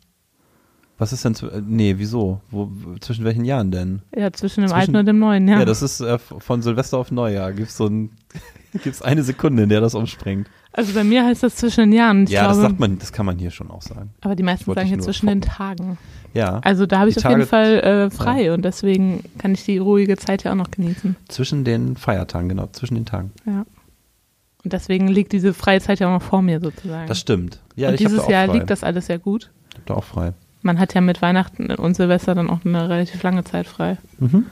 S1: Was ist denn, zw- äh, nee, wieso? Wo, w- zwischen welchen Jahren denn?
S2: Ja, zwischen dem
S1: Zwischen-
S2: alten und dem neuen, ja.
S1: Ja, das ist äh, f- von Silvester auf Neujahr. Gibt's so ein, gibt's eine Sekunde, in der das umspringt.
S2: also bei mir heißt das zwischen den Jahren. Ich
S1: ja,
S2: glaube,
S1: das sagt man, das kann man hier schon auch sagen.
S2: aber die meisten
S1: wollte
S2: sagen
S1: ich
S2: hier
S1: nur
S2: zwischen den Tagen.
S1: Ja.
S2: Also da habe
S1: Die
S2: ich auf jeden Fall
S1: Tage-
S2: äh, frei und deswegen kann ich die ruhige Zeit ja auch noch genießen.
S1: zwischen den Feiertagen, genau, zwischen den Tagen.
S2: Ja. Und deswegen liegt diese freie Zeit ja auch noch vor mir sozusagen.
S1: Das stimmt. Ja,
S2: und
S1: ich hab da
S2: dieses
S1: auch
S2: Jahr
S1: frei.
S2: liegt das alles sehr gut.
S1: Ich hab da auch frei.
S2: Man hat ja mit Weihnachten und Silvester dann auch eine relativ lange Zeit frei,
S1: Mhm.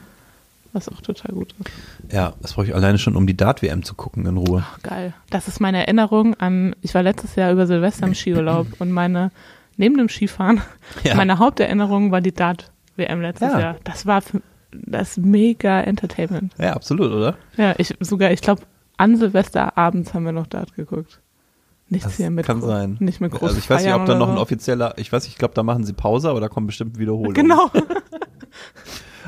S2: was auch total gut ist.
S1: Ja, das brauche ich alleine schon, um die Dart-WM zu gucken in Ruhe.
S2: Ach, geil. Das ist meine Erinnerung an, ich war letztes Jahr über Silvester im Skiurlaub und meine, neben dem Skifahren,
S1: Ja.
S2: meine Haupterinnerung war die Dart-WM letztes
S1: Ja.
S2: Jahr. Das war für, das mega Entertainment.
S1: Ja, absolut, oder?
S2: Ja, ich sogar, ich glaube, an Silvester abends haben wir noch Dart geguckt. Nichts
S1: Das
S2: hier mit.
S1: kann
S2: gro-
S1: sein.
S2: Nicht mit groß
S1: Also ich weiß nicht, ob da
S2: Feiern
S1: noch ein
S2: oder
S1: offizieller, ich weiß, nicht, ich glaube, da machen sie Pause, aber da kommen bestimmt
S2: so.
S1: Wiederholungen.
S2: Genau.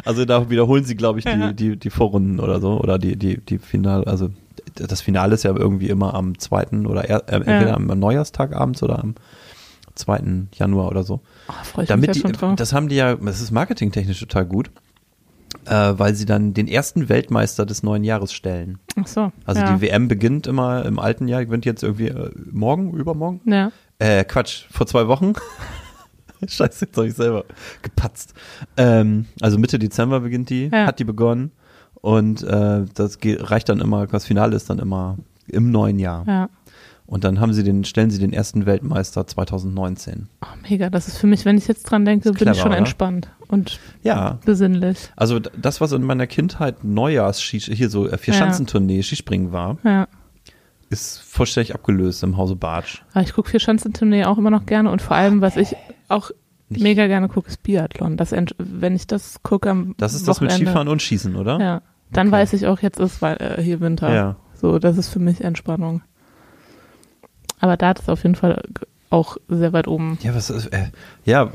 S1: Also da wiederholen sie, glaube ich, die,
S2: Ja.
S1: die, die Vorrunden oder so. Oder die, die, die Finale, also d- das Finale ist ja irgendwie immer am 2. oder er, äh, entweder am Neujahrstag abends oder am 2. Januar oder so.
S2: Oh, freue ich
S1: Damit
S2: mich
S1: die,
S2: ja schon drauf.
S1: das haben die ja, das ist marketingtechnisch total gut, äh, weil sie dann den ersten Weltmeister des neuen Jahres stellen.
S2: Ach so.
S1: Also
S2: ja.
S1: die WM beginnt immer im alten Jahr, gewinnt jetzt irgendwie äh, morgen, übermorgen.
S2: Ja.
S1: Äh, Quatsch, vor zwei Wochen. Scheiße, jetzt habe ich selber gepatzt. Ähm, also Mitte Dezember beginnt die,
S2: Ja.
S1: hat die begonnen und äh, das geht, reicht dann immer, das Finale ist dann immer im neuen Jahr.
S2: ja.
S1: Und dann haben sie den, stellen sie den ersten Weltmeister 2019.
S2: Oh, mega. Das ist für mich, wenn ich jetzt dran denke,
S1: Ist
S2: bin ich
S1: clever,
S2: schon
S1: oder?
S2: entspannt und
S1: Ja,
S2: besinnlich.
S1: also d- das, was in meiner Kindheit Neujahrs-Ski, hier so äh, Vierschanzentournee, Skispringen war,
S2: Ja.
S1: ist vollständig abgelöst im Hause Bartsch.
S2: Aber ich gucke Vierschanzentournee auch immer noch gerne und vor allem, was ich auch
S1: Nicht-
S2: mega gerne gucke, ist Biathlon. Das, ent- wenn ich das gucke am
S1: Das ist das mit
S2: Wochenende-
S1: Skifahren und Schießen, oder?
S2: Ja. Dann
S1: Okay.
S2: weiß ich auch, jetzt ist wei- äh, hier Winter.
S1: Ja.
S2: So, das ist für mich Entspannung. Aber da ist auf jeden Fall g- auch sehr weit oben.
S1: Ja, was ist, äh, ja, äh,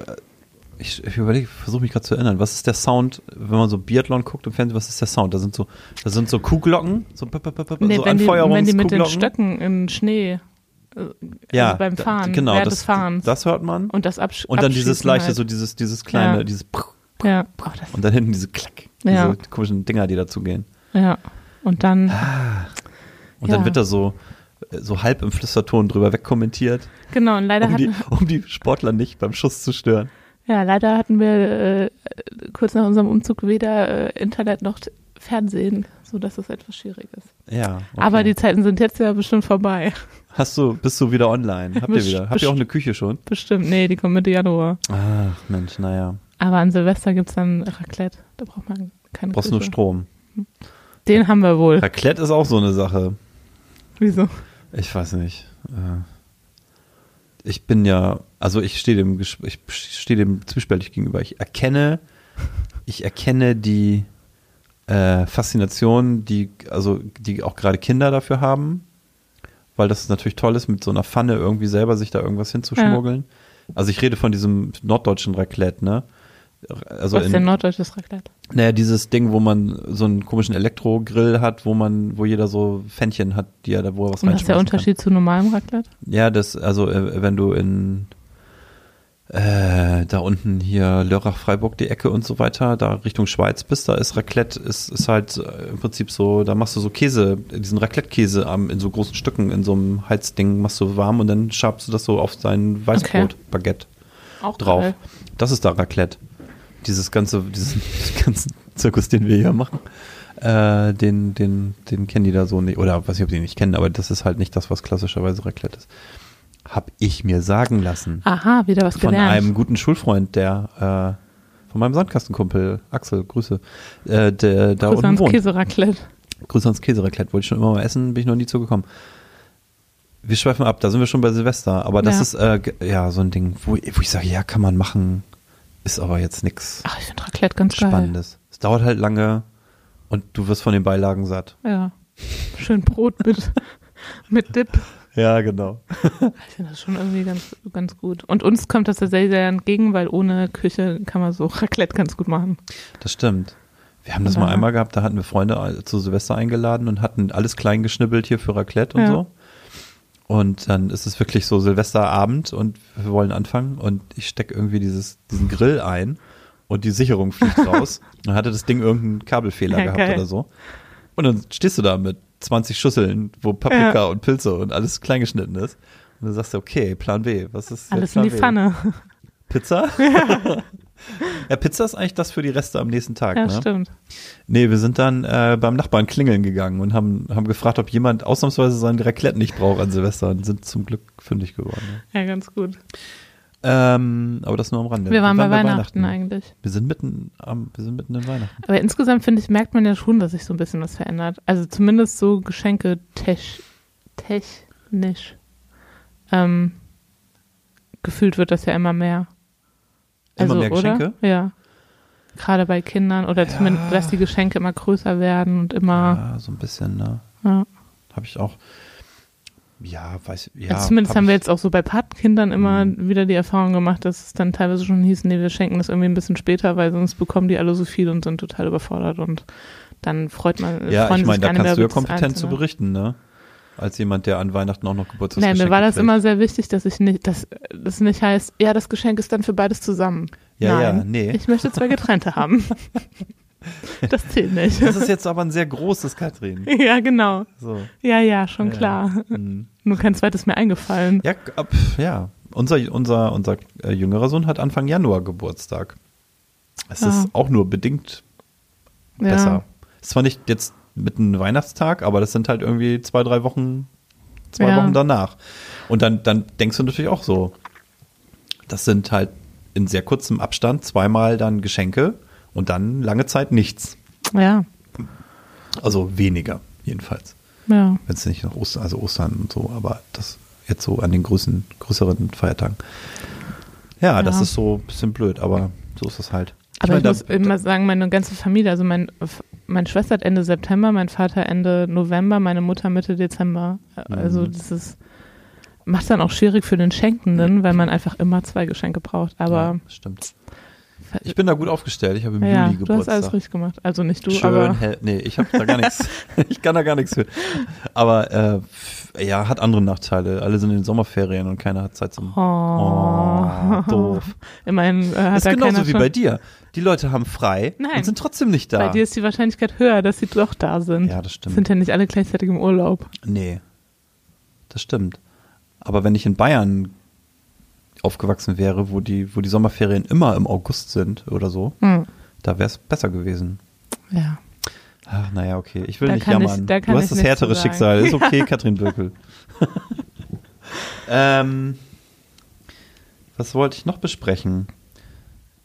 S1: ich, ich überlege, versuche mich gerade zu erinnern. Was ist der Sound, wenn man so Biathlon guckt im Fernsehen, was ist der Sound? Da sind so, da sind so Kuhglocken, so, pop, pop, pop, pop,
S2: Nee,
S1: so
S2: wenn, die, wenn die mit den
S1: Also Anfeuerungskuhglocken.
S2: Stöcken in Schnee,
S1: ja,
S2: also beim
S1: da-
S2: Fahren,
S1: genau,
S2: während
S1: das,
S2: des Fahrens.
S1: das hört man.
S2: und das Absch
S1: Und dann dieses
S2: Abschießen
S1: leichte,
S2: halt.
S1: so dieses, dieses kleine,
S2: Ja.
S1: dieses Prr,
S2: Ja. Oh, das,
S1: und dann hinten diese Klack,
S2: Ja.
S1: diese komischen Dinger, die dazugehen.
S2: ja. Und dann,
S1: Und
S2: Ja.
S1: dann wird da so, äh, so halb im Flüsterton drüber wegkommentiert,
S2: genau, und leider
S1: um die,
S2: hatten,
S1: um die Sportler nicht beim Schuss zu stören.
S2: ja, leider hatten wir äh, kurz nach unserem Umzug weder äh, Internet noch t- Fernsehen, sodass es etwas schwierig ist.
S1: Ja. okay.
S2: Aber die Zeiten sind jetzt ja bestimmt vorbei.
S1: Hast du, bist du wieder online? Habt ihr
S2: Best-
S1: wieder? Habt ihr auch
S2: best-
S1: eine Küche schon?
S2: Bestimmt, nee, die kommen Mitte Januar.
S1: Ach, Mensch, naja.
S2: Aber an Silvester gibt's dann Raclette. Da braucht man keine
S1: Brauchst
S2: Küche.
S1: nur Strom.
S2: Den haben wir wohl.
S1: Raclette ist auch so eine Sache.
S2: Wieso?
S1: Ich weiß nicht. Äh, Ich bin ja, also ich stehe dem, Ges- ich stehe dem zwiespältig gegenüber. Ich erkenne, ich erkenne die äh, Faszination, die, also die auch gerade Kinder dafür haben, weil das natürlich toll ist, mit so einer Pfanne irgendwie selber sich da irgendwas hinzuschmuggeln. Also ich rede von diesem norddeutschen Raclette, ne? Also
S2: Was ist denn norddeutsches Raclette?
S1: Naja, dieses Ding, wo man so einen komischen Elektrogrill hat, wo man, wo jeder so Fännchen hat, die ja da, wo er was
S2: Und was ist der
S1: reinschmeißen
S2: Unterschied zu normalem Raclette?
S1: Kann. Ja, das, also äh, wenn du in äh, da unten hier Lörrach, Freiburg, die Ecke und so weiter, da Richtung Schweiz bist, da ist Raclette, ist, ist halt äh, im Prinzip so, da machst du so Käse, diesen Raclette-Käse am- in so großen Stücken, in so einem Heizding machst du warm und dann schabst du das so auf dein Weißbrot-Baguette
S2: Auch
S1: drauf.
S2: geil.
S1: Das ist da Raclette. Dieses ganze, diesen ganzen Zirkus, den wir hier machen, äh, den, den, den kennen die da so nicht. Oder weiß ich, ob die nicht kennen, aber das ist halt nicht das, was klassischerweise Raclette ist. Hab ich mir sagen lassen.
S2: Aha, wieder was
S1: Von
S2: gelernt.
S1: einem guten Schulfreund, der, äh, von meinem Sandkastenkumpel, Axel, Grüße, äh, der da
S2: Grüße
S1: unten
S2: ans
S1: wohnt.
S2: Käseraclette.
S1: Grüße ans Käseraclette, wollte ich schon immer mal essen, bin ich noch nie zugekommen. Wir schweifen ab, da sind wir schon bei Silvester, aber das
S2: Ja.
S1: ist äh, ge- ja so ein Ding, wo, wo ich sage, ja, kann man machen, ist aber jetzt nichts
S2: Ach, ich finde Raclette ganz geil.
S1: Spannendes. Es dauert halt lange und du wirst von den Beilagen satt.
S2: Ja. Schön Brot mit, mit Dip.
S1: Ja, genau.
S2: Ich finde das schon irgendwie ganz, ganz gut. Und uns kommt das ja sehr, sehr entgegen, weil ohne Küche kann man so Raclette ganz gut machen.
S1: Das stimmt. Wir haben das mal
S2: Ja.
S1: einmal gehabt, da hatten wir Freunde äh, zu Silvester eingeladen und hatten alles klein geschnibbelt hier für Raclette und
S2: Ja.
S1: so. Und dann ist es wirklich so Silvesterabend und wir wollen anfangen und ich stecke irgendwie dieses, diesen Grill ein und die Sicherung fliegt raus. Dann hatte das Ding irgendeinen Kabelfehler
S2: Ja,
S1: gehabt
S2: geil.
S1: oder so. Und dann stehst du da mit 20 Schüsseln, wo Paprika
S2: Ja.
S1: und Pilze und alles klein geschnitten ist. Und dann sagst du, okay, Plan B, was ist jetzt
S2: Alles in die
S1: Plan B?
S2: Pfanne.
S1: Pizza? ja, Pizza ist eigentlich das für die Reste am nächsten Tag,
S2: Ja,
S1: ne?
S2: stimmt.
S1: Nee, wir sind dann äh, beim Nachbarn klingeln gegangen und haben, haben gefragt, ob jemand ausnahmsweise sein Raclette nicht braucht an Silvester und sind zum Glück fündig geworden. Ja.
S2: Ja, ganz gut.
S1: Ähm, aber das nur am Rande.
S2: Wir waren bei
S1: bei
S2: Weihnachten eigentlich.
S1: Wir sind mitten am, wir sind mitten in Weihnachten.
S2: Aber insgesamt finde ich, merkt man ja schon, dass sich so ein bisschen was verändert. Also zumindest so Geschenke tech, technisch. Ähm, gefühlt wird das ja immer mehr.
S1: Immer
S2: also,
S1: mehr Geschenke?
S2: Oder? Ja. Gerade bei Ah. Kindern oder zumindest, dass die Geschenke immer größer werden und immer.
S1: Ja, so ein bisschen, ne?
S2: Ja.
S1: Habe ich auch. Ja, weiß ja,
S2: also zumindest
S1: hab
S2: haben wir
S1: ich- Mhm.
S2: jetzt auch so bei Patenkindern immer wieder die Erfahrung gemacht, dass es dann teilweise schon hieß, nee, wir schenken das irgendwie ein bisschen später, weil sonst bekommen die alle so viel und sind total überfordert und dann freut man
S1: Ja,
S2: freuen
S1: ich
S2: sie
S1: meine,
S2: sich
S1: da
S2: gar
S1: kannst
S2: nicht
S1: du
S2: mehr
S1: ja
S2: über das
S1: kompetent zu
S2: Einzelne.
S1: berichten, ne? Als jemand, der an Weihnachten auch noch Geburtstag
S2: Nein, mir
S1: Geschenke
S2: war das
S1: kriegt.
S2: immer sehr wichtig, dass ich nicht, dass das nicht heißt, ja, das Geschenk ist dann für beides zusammen.
S1: Ja, ja,
S2: Nein,
S1: nee.
S2: Ich möchte zwei getrennte haben. Das zählt nicht.
S1: Das ist jetzt aber ein sehr großes, Katrin.
S2: Ja, genau.
S1: So.
S2: Ja, ja, schon
S1: Ja.
S2: klar.
S1: Mhm.
S2: Nur kein zweites mehr eingefallen.
S1: Ja, g- ab, ja. Unser, unser, unser äh, jüngerer Sohn hat Anfang Januar Geburtstag. Es
S2: Ah.
S1: ist auch nur bedingt besser. Ist zwar nicht jetzt mitten in Weihnachtstag, aber das sind halt irgendwie zwei, drei Wochen, zwei
S2: Ja.
S1: Wochen danach. Und dann, dann denkst du natürlich auch so, das sind halt in sehr kurzem Abstand zweimal dann Geschenke und dann lange Zeit nichts.
S2: Ja,
S1: Also weniger, jedenfalls.
S2: ja.
S1: Wenn es nicht noch Ostern, also Ostern und so, aber das jetzt so an den größeren, größeren Feiertagen. Ja, das
S2: Ja.
S1: ist so ein bisschen blöd, aber so ist es halt.
S2: Aber ich,
S1: meine,
S2: muss
S1: da-
S2: immer sagen, meine ganze Familie, also mein, f- meine Schwester hat Ende September, mein Vater Ende November, meine Mutter Mitte Dezember.
S1: Mhm.
S2: Also das ist, macht dann auch schwierig für den Schenkenden, weil man einfach immer zwei Geschenke braucht.
S1: ja,
S2: Aber
S1: stimmt. Ich bin da gut aufgestellt. Ich habe im Juli
S2: ja, du hast
S1: Geburtstag.
S2: alles richtig gemacht. Also nicht du,
S1: Schön
S2: aber
S1: hell. Nee, ich habe da gar nichts. Ich kann da gar nichts für. Aber äh, f- ja, hat andere Nachteile. Alle sind in den Sommerferien und keiner hat Zeit zum.
S2: Oh.
S1: Oh, doof.
S2: immerhin äh, hat
S1: ist
S2: da
S1: genauso
S2: keiner
S1: wie
S2: schon,
S1: bei dir. Die Leute haben frei
S2: Nein.
S1: und sind trotzdem nicht da.
S2: bei dir ist die Wahrscheinlichkeit höher, dass sie doch da sind.
S1: ja, das stimmt.
S2: sind ja nicht alle gleichzeitig im Urlaub.
S1: Nee. Das stimmt. Aber wenn ich in Bayern aufgewachsen wäre, wo die, wo die Sommerferien immer im August sind oder so,
S2: Hm.
S1: da wäre es besser gewesen.
S2: Ja. Ah,
S1: Ach, naja, okay. Ich will
S2: Da
S1: nicht
S2: kann ich-
S1: jammern.
S2: da kann
S1: du
S2: ich
S1: hast das
S2: nichts
S1: härtere
S2: zu sagen.
S1: Schicksal. Ist okay, Katrin Birkel. ähm, was wollte ich noch besprechen?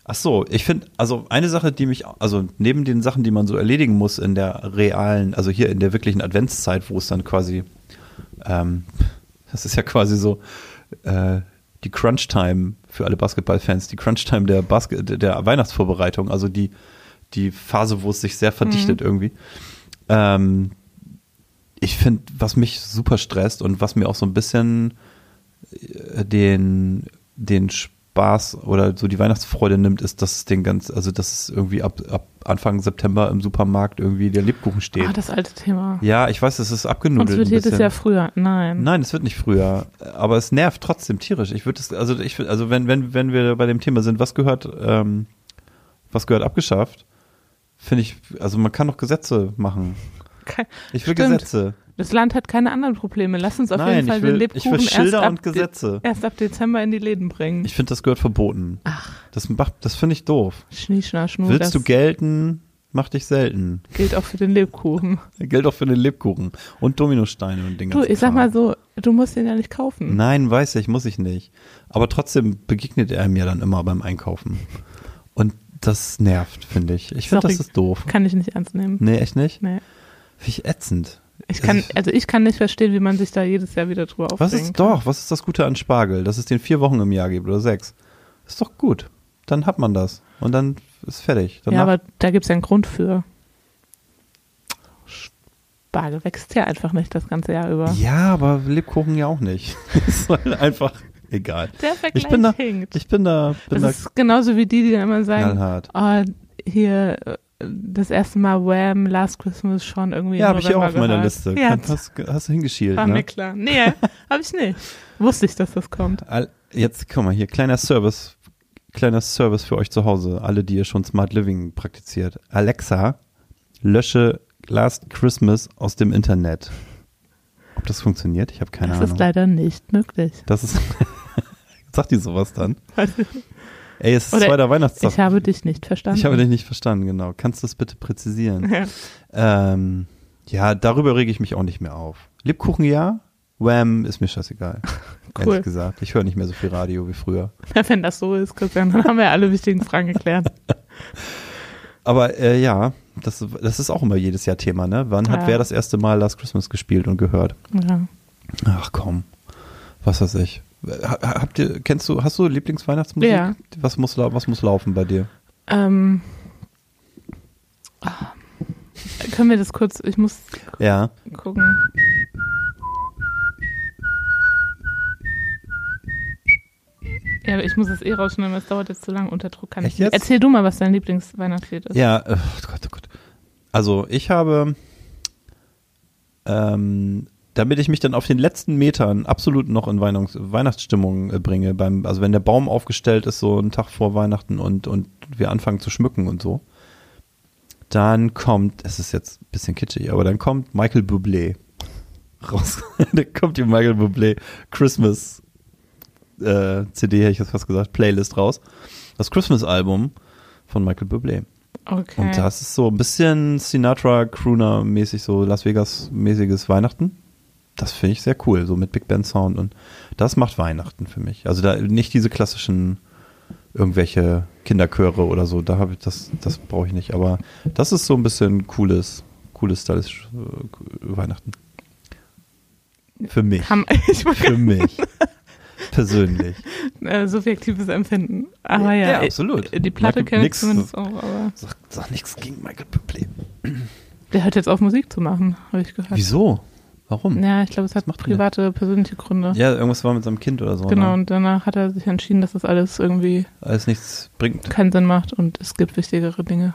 S1: Ach so, ich finde, also eine Sache, die mich, also neben den Sachen, die man so erledigen muss in der realen, also hier in der wirklichen Adventszeit, wo es dann quasi, ähm, das ist ja quasi so äh, die Crunch-Time für alle Basketballfans, die Crunch-Time der, Basket, der Weihnachtsvorbereitung, also die, die Phase, wo es sich sehr
S2: Mhm.
S1: verdichtet irgendwie. Ähm, ich finde, was mich super stresst und was mir auch so ein bisschen äh, den, den Spaß oder so die Weihnachtsfreude nimmt, ist, dass es den ganz, also dass es irgendwie ab, ab Anfang September im Supermarkt irgendwie der Lebkuchen steht.
S2: Ah, das alte Thema.
S1: ja, ich weiß, es ist
S2: Uns
S1: abgenudelt.
S2: wird
S1: ein
S2: jedes
S1: bisschen.
S2: Jahr früher. Nein.
S1: Nein, es wird nicht früher, aber es nervt trotzdem tierisch. Ich würde es, also ich, würd- also wenn, wenn, wenn wir bei dem Thema sind, was gehört, ähm, was gehört abgeschafft, finde ich, also man kann doch Gesetze machen.
S2: Kein-
S1: Ich will
S2: Stimmt.
S1: Gesetze.
S2: Das Land hat keine anderen Probleme. Lass uns auf
S1: Nein,
S2: jeden Fall
S1: ich will,
S2: den
S1: ich
S2: Lebkuchen
S1: will Schilder
S2: erst, ab
S1: und Gesetze.
S2: De- erst ab Dezember in die Läden bringen.
S1: Ich finde, das gehört verboten.
S2: Ach,
S1: Das, macht- das finde ich doof.
S2: Schnie, Schna, Schnu, das
S1: Willst du gelten, mach dich selten.
S2: gilt auch für den Lebkuchen.
S1: Gilt auch für den Lebkuchen und Dominosteine und Dinge.
S2: Du, ich sag mal so, du musst den ja nicht kaufen.
S1: Nein, weiß ich, muss ich nicht. Aber trotzdem begegnet er mir dann immer beim Einkaufen. Und das nervt, finde ich. Ich finde,
S2: Sorry.
S1: das ist doof.
S2: Kann ich nicht ernst nehmen.
S1: Nee, echt nicht?
S2: Nee.
S1: Finde ich ätzend.
S2: Ich kann,
S1: Also
S2: also ich kann nicht verstehen, wie man sich da jedes Jahr wieder drüber aufregt.
S1: Was ist doch, was ist das Gute an Spargel, dass es den vier Wochen im Jahr gibt oder sechs? Ist doch gut. Dann hat man das. Und dann ist fertig. Danach,
S2: Ja, aber da gibt's ja einen Grund für. Spargel wächst ja einfach nicht das ganze Jahr über.
S1: ja, aber Lebkuchen ja auch nicht. Das ist halt einfach egal.
S2: Der Vergleich
S1: Ich bin da,
S2: hinkt.
S1: ich bin da, bin
S2: Das
S1: da
S2: ist genauso wie die, die dann immer sagen,
S1: knallhart.
S2: oh, hier äh, das erste Mal Wham, Last Christmas schon irgendwie. im
S1: Ja, habe ich ja auch
S2: November
S1: auf meiner
S2: gehört.
S1: Liste.
S2: Ja,
S1: Kann- hast, hast du hingeschielt,
S2: war mir
S1: ne?
S2: klar. Nee, habe ich nicht. Wusste ich, dass das kommt.
S1: All- Jetzt, guck mal, hier, kleiner Service, kleiner Service für euch zu Hause, alle, die ihr schon Smart Living praktiziert. Alexa, lösche Last Christmas aus dem Internet. Ob das funktioniert? Ich habe keine
S2: das
S1: Ahnung.
S2: ist leider nicht möglich.
S1: das ist. Sagt die sowas dann?
S2: Weiß ich-
S1: Ey, es ist
S2: Oder
S1: zweiter Weihnachtstag.
S2: Ich habe dich nicht verstanden.
S1: ich habe dich nicht verstanden, genau. Kannst du das bitte präzisieren?
S2: Ja.
S1: Ähm, ja, darüber rege ich mich auch nicht mehr auf. Lebkuchen ja, Wham ist mir scheißegal.
S2: Cool.
S1: Ehrlich gesagt. Ich höre nicht mehr so viel Radio wie früher.
S2: Wenn das so ist, Christian, dann haben wir alle wichtigen Fragen geklärt.
S1: Aber äh, ja, das, das ist auch immer jedes Jahr Thema, ne? Wann
S2: Ja.
S1: hat wer das erste Mal Last Christmas gespielt und gehört?
S2: Ja.
S1: Ach komm, was weiß ich. Ha- Habt ihr, kennst du, hast du Lieblingsweihnachtsmusik?
S2: Ja.
S1: Was muss, lau- was muss laufen bei dir?
S2: Ähm, ah. Können wir das kurz, ich muss
S1: Ja.
S2: gucken. Ja, aber ich muss das eh rausschneiden, weil es dauert jetzt zu lang. Unter Druck kann
S1: Echt
S2: ich nicht.
S1: jetzt?
S2: Erzähl du mal, was dein Lieblingsweihnachtslied ist.
S1: Ja, äh, oh Gott, oh Gott. Also ich habe, ähm, damit ich mich dann auf den letzten Metern absolut noch in Weihnachts Weihnachtsstimmung äh, bringe, beim, also wenn der Baum aufgestellt ist, so einen Tag vor Weihnachten und, und wir anfangen zu schmücken und so, dann kommt, es ist jetzt ein bisschen kitschig, aber dann kommt Michael Bublé raus. dann kommt die Michael Bublé Christmas äh, CD, hätte ich jetzt fast gesagt, Playlist raus. Das Christmas-Album von Michael Bublé.
S2: Okay.
S1: Und das ist so ein bisschen Sinatra-Crooner-mäßig, so Las Vegas-mäßiges Weihnachten. Das finde ich sehr cool, so mit Big Band Sound. Und das macht Weihnachten für mich. Also da nicht diese klassischen irgendwelche Kinderchöre oder so. Da habe ich das, das brauche ich nicht. Aber das ist so ein bisschen cooles, cooles stylisch äh, Weihnachten. Für mich.
S2: Kann, ich mag
S1: Für mich. Persönlich.
S2: äh, subjektives Empfinden. Aber ja, Äh,
S1: Ja, absolut.
S2: Die Platte
S1: Michael-
S2: kenne ich
S1: nix-
S2: zumindest auch, aber
S1: Sag, sag nichts gegen Michael Bublé.
S2: der hört jetzt auf, Musik zu machen, habe ich gehört.
S1: Wieso? Warum?
S2: Ja, ich glaube, es hat
S1: macht er denn?
S2: private, persönliche Gründe.
S1: Ja, irgendwas war mit seinem Kind oder so.
S2: genau,
S1: Ne?
S2: und danach hat er sich entschieden, dass das alles irgendwie
S1: Alles nichts bringt.
S2: keinen Sinn macht und es gibt wichtigere Dinge.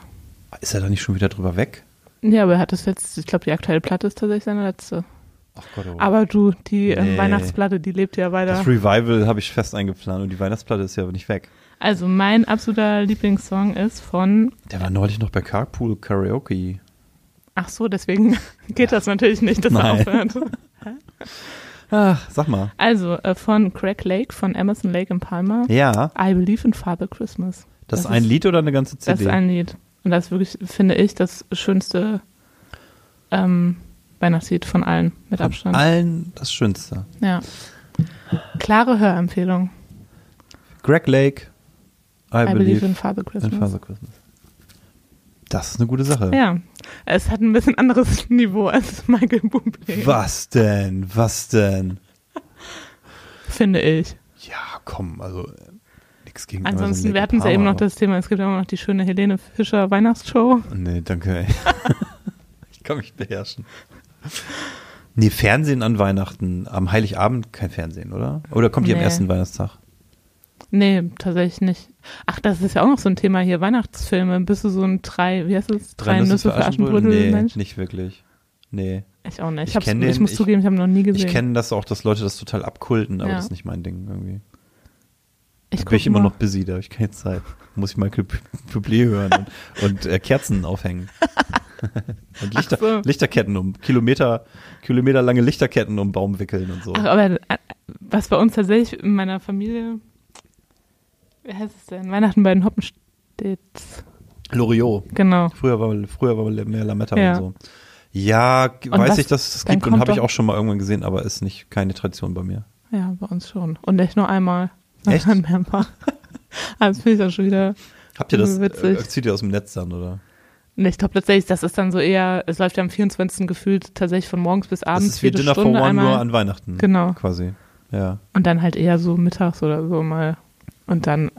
S1: Ist er da nicht schon wieder drüber weg?
S2: Ja, aber er hat das jetzt, ich glaube, die aktuelle Platte ist tatsächlich seine letzte.
S1: Ach Gott, oh.
S2: Aber du, die ähm,
S1: Nee.
S2: Weihnachtsplatte, die lebt ja weiter.
S1: das Revival habe ich fest eingeplant und die Weihnachtsplatte ist ja aber nicht weg.
S2: Also mein absoluter Lieblingssong ist von,
S1: Der war neulich noch bei Carpool Karaoke.
S2: ach so, deswegen geht das natürlich nicht, dass er
S1: Nein.
S2: aufhört.
S1: Ach, sag mal.
S2: Also äh, von Craig Lake, von Emerson Lake in Palmer.
S1: Ja,
S2: I Believe in Father Christmas.
S1: das,
S2: Das
S1: ist ein
S2: ist-
S1: Lied oder eine ganze CD?
S2: Das ist ein Lied. Und das ist wirklich, finde ich, das schönste ähm, Weihnachtslied von allen mit
S1: Von
S2: Abstand.
S1: allen das Schönste.
S2: ja. Klare Hörempfehlung.
S1: Greg Lake, I,
S2: I, believe in Father
S1: in
S2: Christmas.
S1: Father Christmas. Das ist eine gute Sache.
S2: Ja. Es hat ein bisschen anderes Niveau als Michael Bublé.
S1: Was denn? Was denn?
S2: Finde ich.
S1: Ja, also komm, also äh, nichts gegen
S2: Ansonsten,
S1: Amazon
S2: wir
S1: Lake
S2: hatten ja
S1: Palmer,
S2: eben noch
S1: aber-
S2: das Thema, es gibt ja immer noch die schöne Helene Fischer Weihnachtsshow.
S1: Nee, danke. Ey. ich kann mich beherrschen. Nee, Fernsehen an Weihnachten, am Heiligabend kein Fernsehen, oder? Oder kommt ihr am
S2: Nee.
S1: ersten Weihnachtstag?
S2: Nee, tatsächlich nicht. Ach, das ist ja auch noch so ein Thema hier, Weihnachtsfilme. Bist du so ein drei, wie heißt es? Drei, Nüsse für Aschenbrödel,
S1: Nee,
S2: Mensch?
S1: nicht wirklich. Nee.
S2: Ich auch
S1: Ich
S2: nicht. Ich, ich,
S1: kenn den,
S2: ich muss
S1: ich-
S2: zugeben, ich habe noch nie gesehen.
S1: Ich kenne das auch, dass Leute das total abkulten, aber
S2: Ja.
S1: das ist nicht mein Ding irgendwie.
S2: Ich
S1: Bin
S2: guck
S1: ich immer
S2: mal.
S1: noch busy, da habe ich keine Zeit. Muss ich Michael Pub- Bublé hören und, und äh, Kerzen aufhängen. und Lichter,
S2: so.
S1: Lichterketten um, Kilometer, kilometerlange Lichterketten um Baum wickeln und so.
S2: Ach, aber äh, was bei uns tatsächlich in meiner Familie, wie heißt es denn? Weihnachten bei den Hoppenstedts.
S1: Loriot.
S2: Genau.
S1: Früher war, früher war mehr Lametta
S2: Ja.
S1: und so. Ja, g-
S2: Und
S1: weiß
S2: was-
S1: ich, dass es das
S2: dann
S1: gibt und
S2: kommt
S1: habe ich
S2: doch-
S1: auch schon mal irgendwann gesehen, aber ist nicht keine Tradition bei mir.
S2: Ja, bei uns schon. Und echt nur einmal.
S1: Echt?
S2: Sondern Mehrfach. Aber das finde ich dann schon wieder.
S1: Habt ihr das?
S2: Hm, Witzig.
S1: Äh, zieht ihr aus dem Netz dann, oder?
S2: Nee, ich glaube tatsächlich, das ist dann so eher, es läuft ja am 24. gefühlt tatsächlich von morgens bis abends.
S1: das ist wie
S2: jede
S1: Dinner for
S2: Stunde
S1: One
S2: einmal.
S1: nur an Weihnachten.
S2: Genau.
S1: Quasi. Ja.
S2: Und dann halt eher so mittags oder so mal. Und dann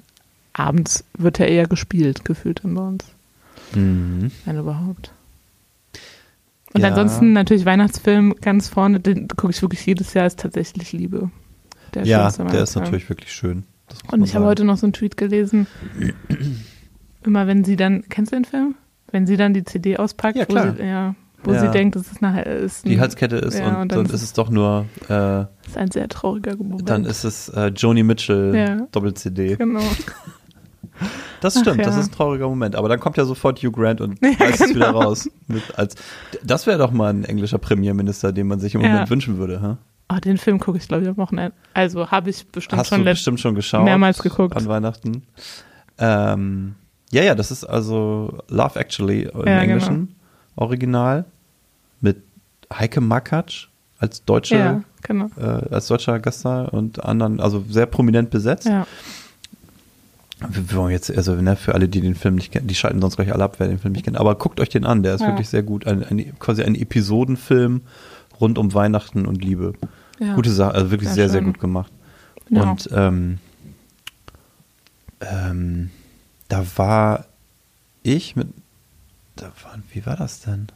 S2: abends wird ja eher gespielt, gefühlt dann bei uns. Wenn überhaupt. Und
S1: Ja.
S2: ansonsten natürlich Weihnachtsfilm ganz vorne, den gucke ich wirklich jedes Jahr, ist tatsächlich Liebe. Der
S1: Ja,
S2: schönste
S1: der ist
S2: Weihnachtsfilm.
S1: natürlich wirklich schön. Das muss
S2: Und
S1: man
S2: ich habe
S1: sagen.
S2: heute noch so einen Tweet gelesen. Immer wenn sie dann, kennst du den Film? Wenn sie dann die CD auspackt,
S1: Ja, klar.
S2: wo, sie, ja, wo
S1: Ja.
S2: sie denkt, es ist, eine, ist, ein,
S1: die Halskette ist
S2: Ja,
S1: und, dann, ist es doch nur, äh,
S2: ist ein sehr trauriger Moment.
S1: dann ist es äh, Joni Mitchell
S2: Ja.
S1: Doppel-CD.
S2: genau.
S1: Das
S2: Ach
S1: stimmt, das
S2: ja.
S1: ist ein trauriger Moment. Aber dann kommt ja sofort Hugh Grant und
S2: Ja,
S1: reißt es wieder
S2: genau.
S1: raus. Mit, als, das wäre doch mal ein englischer Premierminister, den man sich im
S2: Ja.
S1: Moment wünschen würde. Hä?
S2: Oh, den Film gucke ich, glaube ich, am Wochenende. Also habe ich bestimmt
S1: Hast
S2: schon
S1: du
S2: letzt-
S1: bestimmt schon geschaut.
S2: mehrmals geguckt.
S1: An Weihnachten. Ähm, ja, ja, das ist also Love Actually im
S2: Ja, genau.
S1: Englischen. Original. Mit Heike Makatsch als deutsche,
S2: Ja, genau.
S1: äh, als deutscher Gaststar und anderen, also sehr prominent besetzt.
S2: Ja.
S1: Wir wollen jetzt, also ne, für alle, die den Film nicht kennen, die schalten sonst gleich alle ab, wer den Film nicht kennt. Aber guckt euch den an, der ist
S2: Ja.
S1: wirklich sehr gut. Ein, ein, quasi ein Episodenfilm rund um Weihnachten und Liebe.
S2: ja.
S1: Gute Sache, also wirklich sehr,
S2: Sehr
S1: sehr,
S2: schön.
S1: gut gemacht.
S2: Ja.
S1: Und ähm, ähm, da war ich mit, da waren, wie war das denn?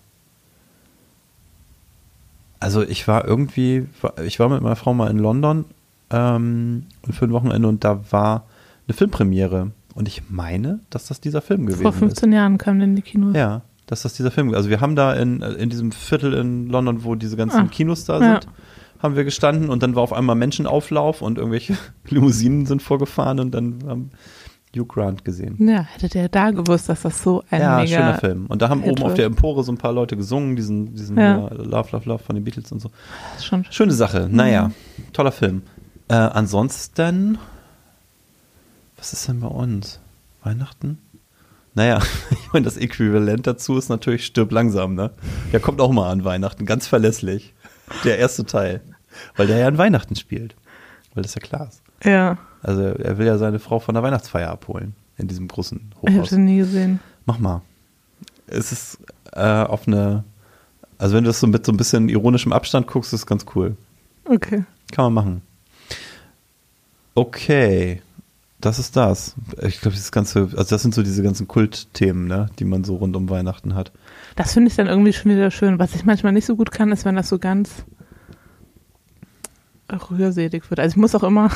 S1: Also ich war irgendwie, ich war mit meiner Frau mal in London ähm, für ein Wochenende und da war eine Filmpremiere. Und ich meine, dass das dieser Film gewesen
S2: Vor 15 Jahren kamen denn die Kinos.
S1: ist. Ja, dass das dieser Film Also wir haben da in, in diesem Viertel in London, wo diese ganzen
S2: Ah,
S1: Kinos da
S2: ja.
S1: sind, haben wir gestanden und dann war auf einmal Menschenauflauf und irgendwelche Limousinen sind vorgefahren und dann haben Hugh Grant gesehen.
S2: Ja, hätte der da gewusst, dass das so ein
S1: Ja, schöner
S2: mega
S1: Film. Und da haben
S2: Hit
S1: oben auf
S2: wird.
S1: der Empore so ein paar Leute gesungen, diesen, diesen
S2: Ja.
S1: äh, Love, Love, Love von den Beatles und so.
S2: ist schon
S1: Schöne Sache. Naja,
S2: Mhm.
S1: toller Film. Äh, ansonsten, was ist denn bei uns? Weihnachten? Naja, ich meine, das Äquivalent dazu ist natürlich Stirb langsam, ne? Der kommt auch mal an Weihnachten, ganz verlässlich. Der erste Teil. Weil der ja an Weihnachten spielt. Weil das ja klar ist.
S2: Ja,
S1: Also er will ja seine Frau von der Weihnachtsfeier abholen. In diesem großen
S2: ich
S1: Hochhaus.
S2: habe den nie gesehen.
S1: Mach mal. Es ist äh, auf eine. Also, wenn du das so mit so ein bisschen ironischem Abstand guckst, ist es ganz cool.
S2: Okay.
S1: Kann man machen. Okay. Das ist das. Ich glaube, das ganze. Also, das sind so diese ganzen Kultthemen, ne? Die man so rund um Weihnachten hat.
S2: Das finde ich dann irgendwie schon wieder schön. Was ich manchmal nicht so gut kann, ist, wenn das so ganz rührselig wird. Also ich muss auch immer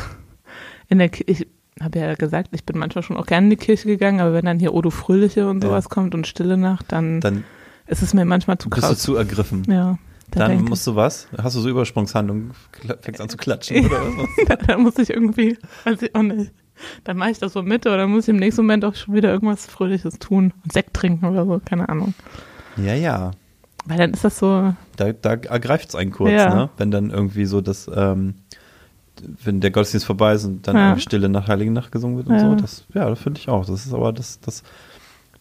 S2: in der Ki ich habe ja gesagt, ich bin manchmal schon auch gerne in die Kirche gegangen, aber wenn dann hier Odo Fröhliche und
S1: Ja.
S2: sowas kommt und Stille Nacht, dann,
S1: Dann
S2: ist es mir manchmal zu
S1: bist du
S2: krass.
S1: zu ergriffen.
S2: ja, da
S1: Dann
S2: denk
S1: musst du was? Hast du so Übersprungshandlungen? Kla- Fängst an zu klatschen
S2: Ja.
S1: oder was?
S2: ich, dann muss ich irgendwie, weiß ich auch nicht, dann mache ich das so mit oder dann muss ich im nächsten Moment auch schon wieder irgendwas Fröhliches tun und Sekt trinken oder so, keine Ahnung.
S1: Ja, ja.
S2: Weil dann ist das so,
S1: Da, da ergreift es einen kurz,
S2: Ja.
S1: ne? Wenn dann irgendwie so das, ähm, wenn der Gottesdienst vorbei ist und dann
S2: Ja.
S1: irgendwie Stille nach Heiligen Nacht gesungen wird und
S2: Ja.
S1: so, das, ja, das finde ich auch. Das ist aber das, das,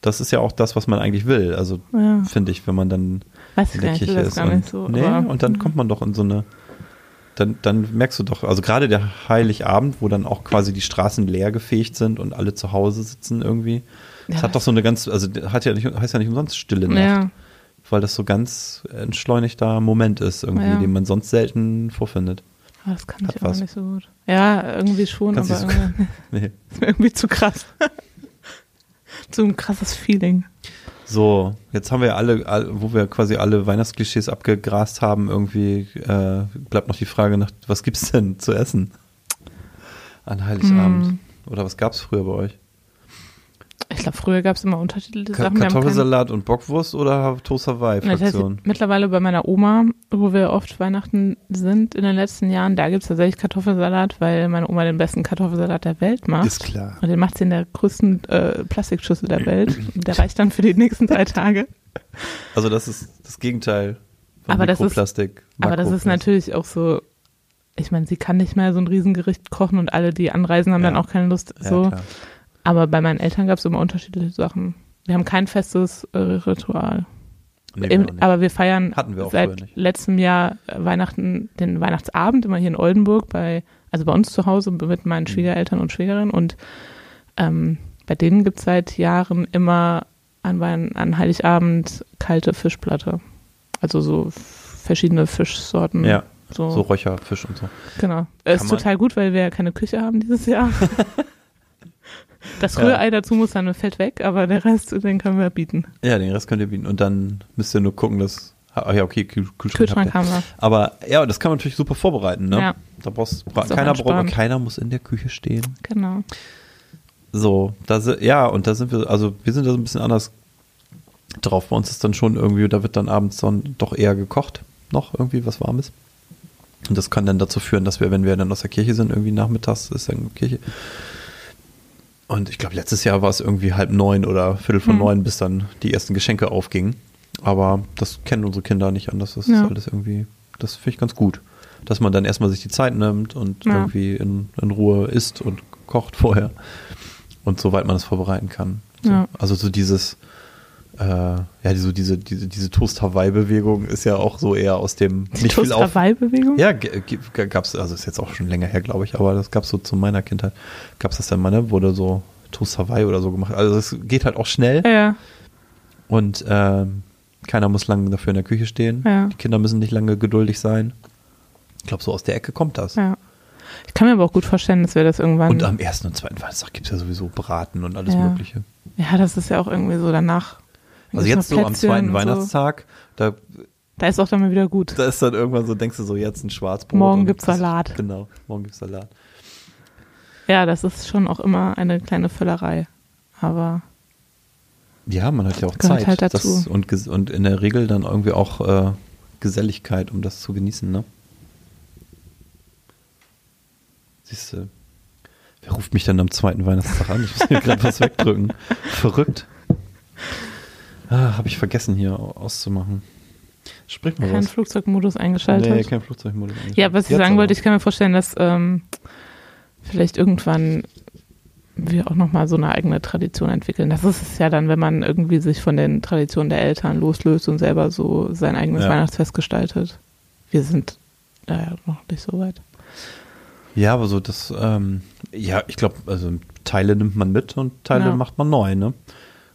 S1: das ist ja auch das, was man eigentlich will. Also
S2: ja,
S1: finde ich, wenn man dann
S2: weiß
S1: in
S2: ich gar
S1: der
S2: nicht, ich
S1: Kirche
S2: will Mhm. das
S1: ist.
S2: gar
S1: und,
S2: nicht so.
S1: nee,
S2: aber, mhm.
S1: und dann kommt man doch in so eine, dann, dann merkst du doch, also gerade der Heiligabend, wo dann auch quasi die Straßen leer gefegt sind und alle zu Hause sitzen irgendwie.
S2: Ja,
S1: das hat doch so eine ganz, also hat ja nicht, heißt ja nicht umsonst Stille Nacht
S2: ja,
S1: weil das so ganz entschleunigter Moment ist, irgendwie,
S2: Ja.
S1: den man sonst selten vorfindet.
S2: aber Ah, das kann
S1: Hat
S2: ich auch
S1: was.
S2: nicht so gut. Ja, irgendwie schon,
S1: Kannst
S2: aber
S1: du so-
S2: irgendwie,
S1: Nee.
S2: ist mir irgendwie zu krass. so ein krasses Feeling.
S1: So, jetzt haben wir ja alle, all- wo wir quasi alle Weihnachtsklischees abgegrast haben, irgendwie äh, bleibt noch die Frage nach, was gibt's denn zu essen an Heiligabend?
S2: Hm.
S1: Oder was gab's früher bei euch?
S2: Ich glaube, früher gab es immer unterschiedliche
S1: Ka
S2: Sachen. Wir haben keine-
S1: Kartoffelsalat und Bockwurst oder Toast
S2: Ja, Das heißt,
S1: Hawaii-Fraktion?
S2: mittlerweile bei meiner Oma, wo wir oft Weihnachten sind in den letzten Jahren, da gibt's tatsächlich Kartoffelsalat, weil meine Oma den besten Kartoffelsalat der Welt macht.
S1: ist klar.
S2: und den macht sie in der größten äh, Plastikschüssel der Welt. Und der reicht dann für die nächsten drei Tage.
S1: Also das ist das Gegenteil von
S2: Aber das ist-
S1: Mikroplastik.
S2: Aber das
S1: Makroplastik.
S2: ist natürlich auch so, ich meine, sie kann nicht mehr so ein Riesengericht kochen und alle, die anreisen, haben
S1: Ja.
S2: dann auch keine Lust.
S1: Ja,
S2: so.
S1: klar.
S2: Aber bei meinen Eltern gab's immer unterschiedliche Sachen. Wir haben kein festes äh, Ritual.
S1: Nee,
S2: Im,
S1: wir auch nicht.
S2: aber wir feiern
S1: Hatten wir auch früher
S2: seit
S1: nicht.
S2: letztem Jahr äh, Weihnachten, den Weihnachtsabend immer hier in Oldenburg bei, also bei uns zu Hause mit
S1: Mhm.
S2: meinen Schwiegereltern und Schwägerin und ähm, bei denen gibt's seit Jahren immer an, Weihn- an Heiligabend kalte Fischplatte. Also so f- verschiedene Fischsorten.
S1: ja,
S2: So,
S1: so Räucherfisch und so.
S2: genau. Äh, Ist
S1: man-
S2: total gut, weil wir ja keine Küche haben dieses Jahr. Das
S1: Ja.
S2: Rührei dazu muss dann fällt weg, aber der Rest, den können wir bieten.
S1: Ja, den Rest könnt ihr bieten. Und dann müsst ihr nur gucken, dass. Ah ja, okay, Kühl Kühlschrank.
S2: Kühlschrank
S1: habt ihr.
S2: haben wir.
S1: Aber ja, das kann man natürlich super vorbereiten, ne?
S2: Ja.
S1: Da brauchst, bra
S2: Ist auch
S1: keiner, braucht,
S2: entspannt.
S1: keiner muss in der Küche stehen.
S2: Genau.
S1: So, da si- ja, und da sind wir, also wir sind da so ein bisschen anders drauf. Bei uns ist dann schon irgendwie, da wird dann abends dann doch eher gekocht, noch irgendwie was Warmes. Und das kann dann dazu führen, dass wir, wenn wir dann aus der Kirche sind, irgendwie nachmittags ist dann Kirche. Und ich glaube, letztes Jahr war es irgendwie halb neun oder viertel von
S2: Hm.
S1: neun, bis dann die ersten Geschenke aufgingen. Aber das kennen unsere Kinder nicht anders. Das
S2: Ja.
S1: ist alles irgendwie, das finde ich ganz gut. Dass man dann erstmal sich die Zeit nimmt und
S2: Ja.
S1: irgendwie in, in Ruhe isst und kocht vorher. Und soweit man es vorbereiten kann. So.
S2: Ja.
S1: Also so dieses, äh, ja, so diese, diese, diese Toast-Hawaii-Bewegung ist ja auch so eher aus dem
S2: Die Toast-Hawaii-Bewegung?
S1: Ja, ge- ge- ge- gab's, also ist jetzt auch schon länger her, glaube ich, aber das gab's so zu meiner Kindheit. Gab's das dann mal, ne? Wurde so Toast Hawaii oder so gemacht. Also es geht halt auch schnell
S2: Ja, ja.
S1: und ähm, keiner muss lange dafür in der Küche stehen.
S2: Ja.
S1: Die Kinder müssen nicht lange geduldig sein. Ich glaube, so aus der Ecke kommt das.
S2: Ja. Ich kann mir aber auch gut vorstellen, dass wir das irgendwann.
S1: Und am ersten und zweiten Weihnachtstag gibt's ja sowieso Braten und alles
S2: Ja.
S1: Mögliche.
S2: ja, das ist ja auch irgendwie so danach. Dann
S1: Also jetzt
S2: gibt's noch
S1: so am
S2: Plätzchen
S1: zweiten
S2: und
S1: Weihnachtstag, da,
S2: Da ist auch dann mal wieder gut.
S1: da ist dann irgendwann so, denkst du so, jetzt ein Schwarzbrot.
S2: Morgen
S1: und
S2: gibt's
S1: das-
S2: Salat.
S1: Genau, morgen gibt's Salat.
S2: Ja, das ist schon auch immer eine kleine Völlerei. Aber
S1: Ja, man hat ja auch
S2: Gehört
S1: Zeit.
S2: halt dazu.
S1: Das und, ges- und in der Regel dann irgendwie auch äh, Geselligkeit, um das zu genießen, ne? Siehst du, wer ruft mich dann am zweiten Weihnachtstag an? Ich muss mir gerade was wegdrücken. Verrückt. Ah, habe ich vergessen hier au- auszumachen. Sprich mal
S2: kein
S1: was.
S2: Flugzeugmodus eingeschaltet.
S1: Nee, kein Flugzeugmodus.
S2: Ja, was ich
S1: Jetzt
S2: sagen
S1: aber.
S2: wollte, ich kann mir vorstellen, dass ähm, vielleicht irgendwann wir auch nochmal so eine eigene Tradition entwickeln. Das ist es ja dann, wenn man irgendwie sich von den Traditionen der Eltern loslöst und selber so sein eigenes
S1: Ja.
S2: Weihnachtsfest gestaltet. Wir sind naja, noch nicht so weit.
S1: Ja, aber so das, ähm, ja, ich glaube, also Teile nimmt man mit und Teile
S2: Ja.
S1: macht man neu, ne?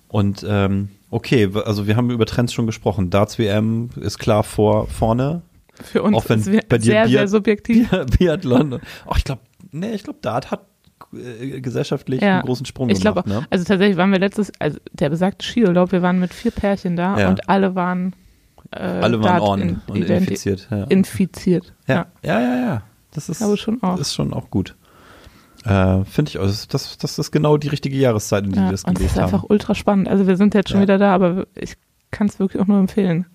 S1: Und ähm, okay, w- also wir haben über Trends schon gesprochen. Darts WM ist klar vor vorne.
S2: Für uns
S1: Auch wenn
S2: ist es
S1: bei dir
S2: sehr,
S1: Bier-
S2: sehr subjektiv.
S1: Bi- Biathlon. Ach, Oh, ich glaube, nee, ich glaube, Dart hat äh, gesellschaftlich
S2: Ja.
S1: einen großen Sprung
S2: Ich glaube,
S1: gemacht, ne?
S2: also tatsächlich waren wir letztes, also der besagte Skiurlaub, wir waren mit vier Pärchen da
S1: Ja.
S2: und alle waren äh,
S1: Alle waren
S2: Dart
S1: on
S2: in-
S1: und
S2: identi-
S1: infiziert. Ja.
S2: Infiziert.
S1: ja. ja, ja, ja. Das ist,
S2: Ich glaube schon auch.
S1: ist schon auch gut. Äh, Finde ich, auch. das, das, das ist genau die richtige Jahreszeit, in die wir das
S2: und es
S1: gelegt
S2: ist
S1: haben.
S2: einfach ultra spannend. Also wir sind jetzt schon
S1: Ja.
S2: wieder da, aber ich kann es wirklich auch nur empfehlen.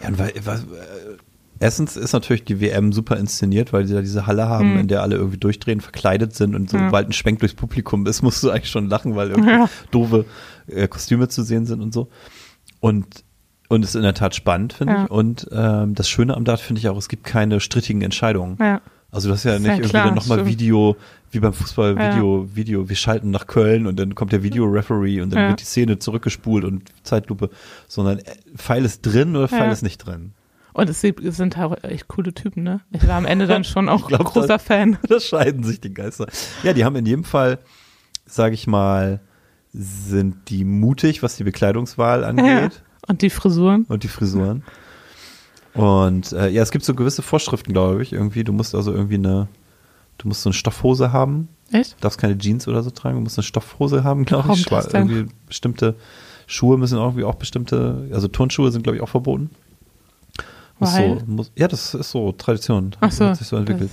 S1: Ja, und weil, weil, äh, erstens ist natürlich die WM super inszeniert, weil sie da diese Halle haben,
S2: Hm.
S1: in der alle irgendwie durchdrehen, verkleidet sind und
S2: Ja.
S1: sobald ein Schwenk durchs Publikum ist, musst du eigentlich schon lachen, weil irgendwie
S2: Ja.
S1: doofe äh, Kostüme zu sehen sind und so. Und und es ist in der Tat spannend, finde
S2: Ja.
S1: ich. Und ähm, das Schöne am Dart finde ich auch, es gibt keine strittigen Entscheidungen.
S2: Ja.
S1: Also das ist ja
S2: Ist
S1: nicht
S2: ja
S1: irgendwie
S2: klar,
S1: dann nochmal
S2: stimmt.
S1: Video, wie beim Fußball,
S2: Ja.
S1: Video, Video, wir schalten nach Köln und dann kommt der Video-Referee und dann
S2: Ja.
S1: wird die Szene zurückgespult und Zeitlupe, sondern äh, Pfeil ist drin oder Pfeil
S2: Ja.
S1: ist nicht drin.
S2: Und es sieht- es sind auch echt coole Typen, ne? Ich war am Ende dann schon auch
S1: glaub, das-
S2: großer Fan.
S1: Da scheiden sich die Geister. Ja, die haben in jedem Fall, sage ich mal, sind die mutig, was die Bekleidungswahl
S2: Ja.
S1: angeht
S2: Und die Frisuren.
S1: und die Frisuren. Und äh, ja, es gibt so gewisse Vorschriften, glaube ich, irgendwie. Du musst also irgendwie eine, du musst so eine Stoffhose haben,
S2: Echt?
S1: darfst keine Jeans oder so tragen, du musst eine Stoffhose haben, glaube ich.
S2: Warum das
S1: Schwa-
S2: denn?
S1: Irgendwie bestimmte Schuhe müssen auch irgendwie auch bestimmte, also Turnschuhe sind, glaube ich, auch verboten. Muss so,
S2: Weil?
S1: muss, ja, das ist so Tradition.
S2: Ach so,
S1: hat sich so entwickelt.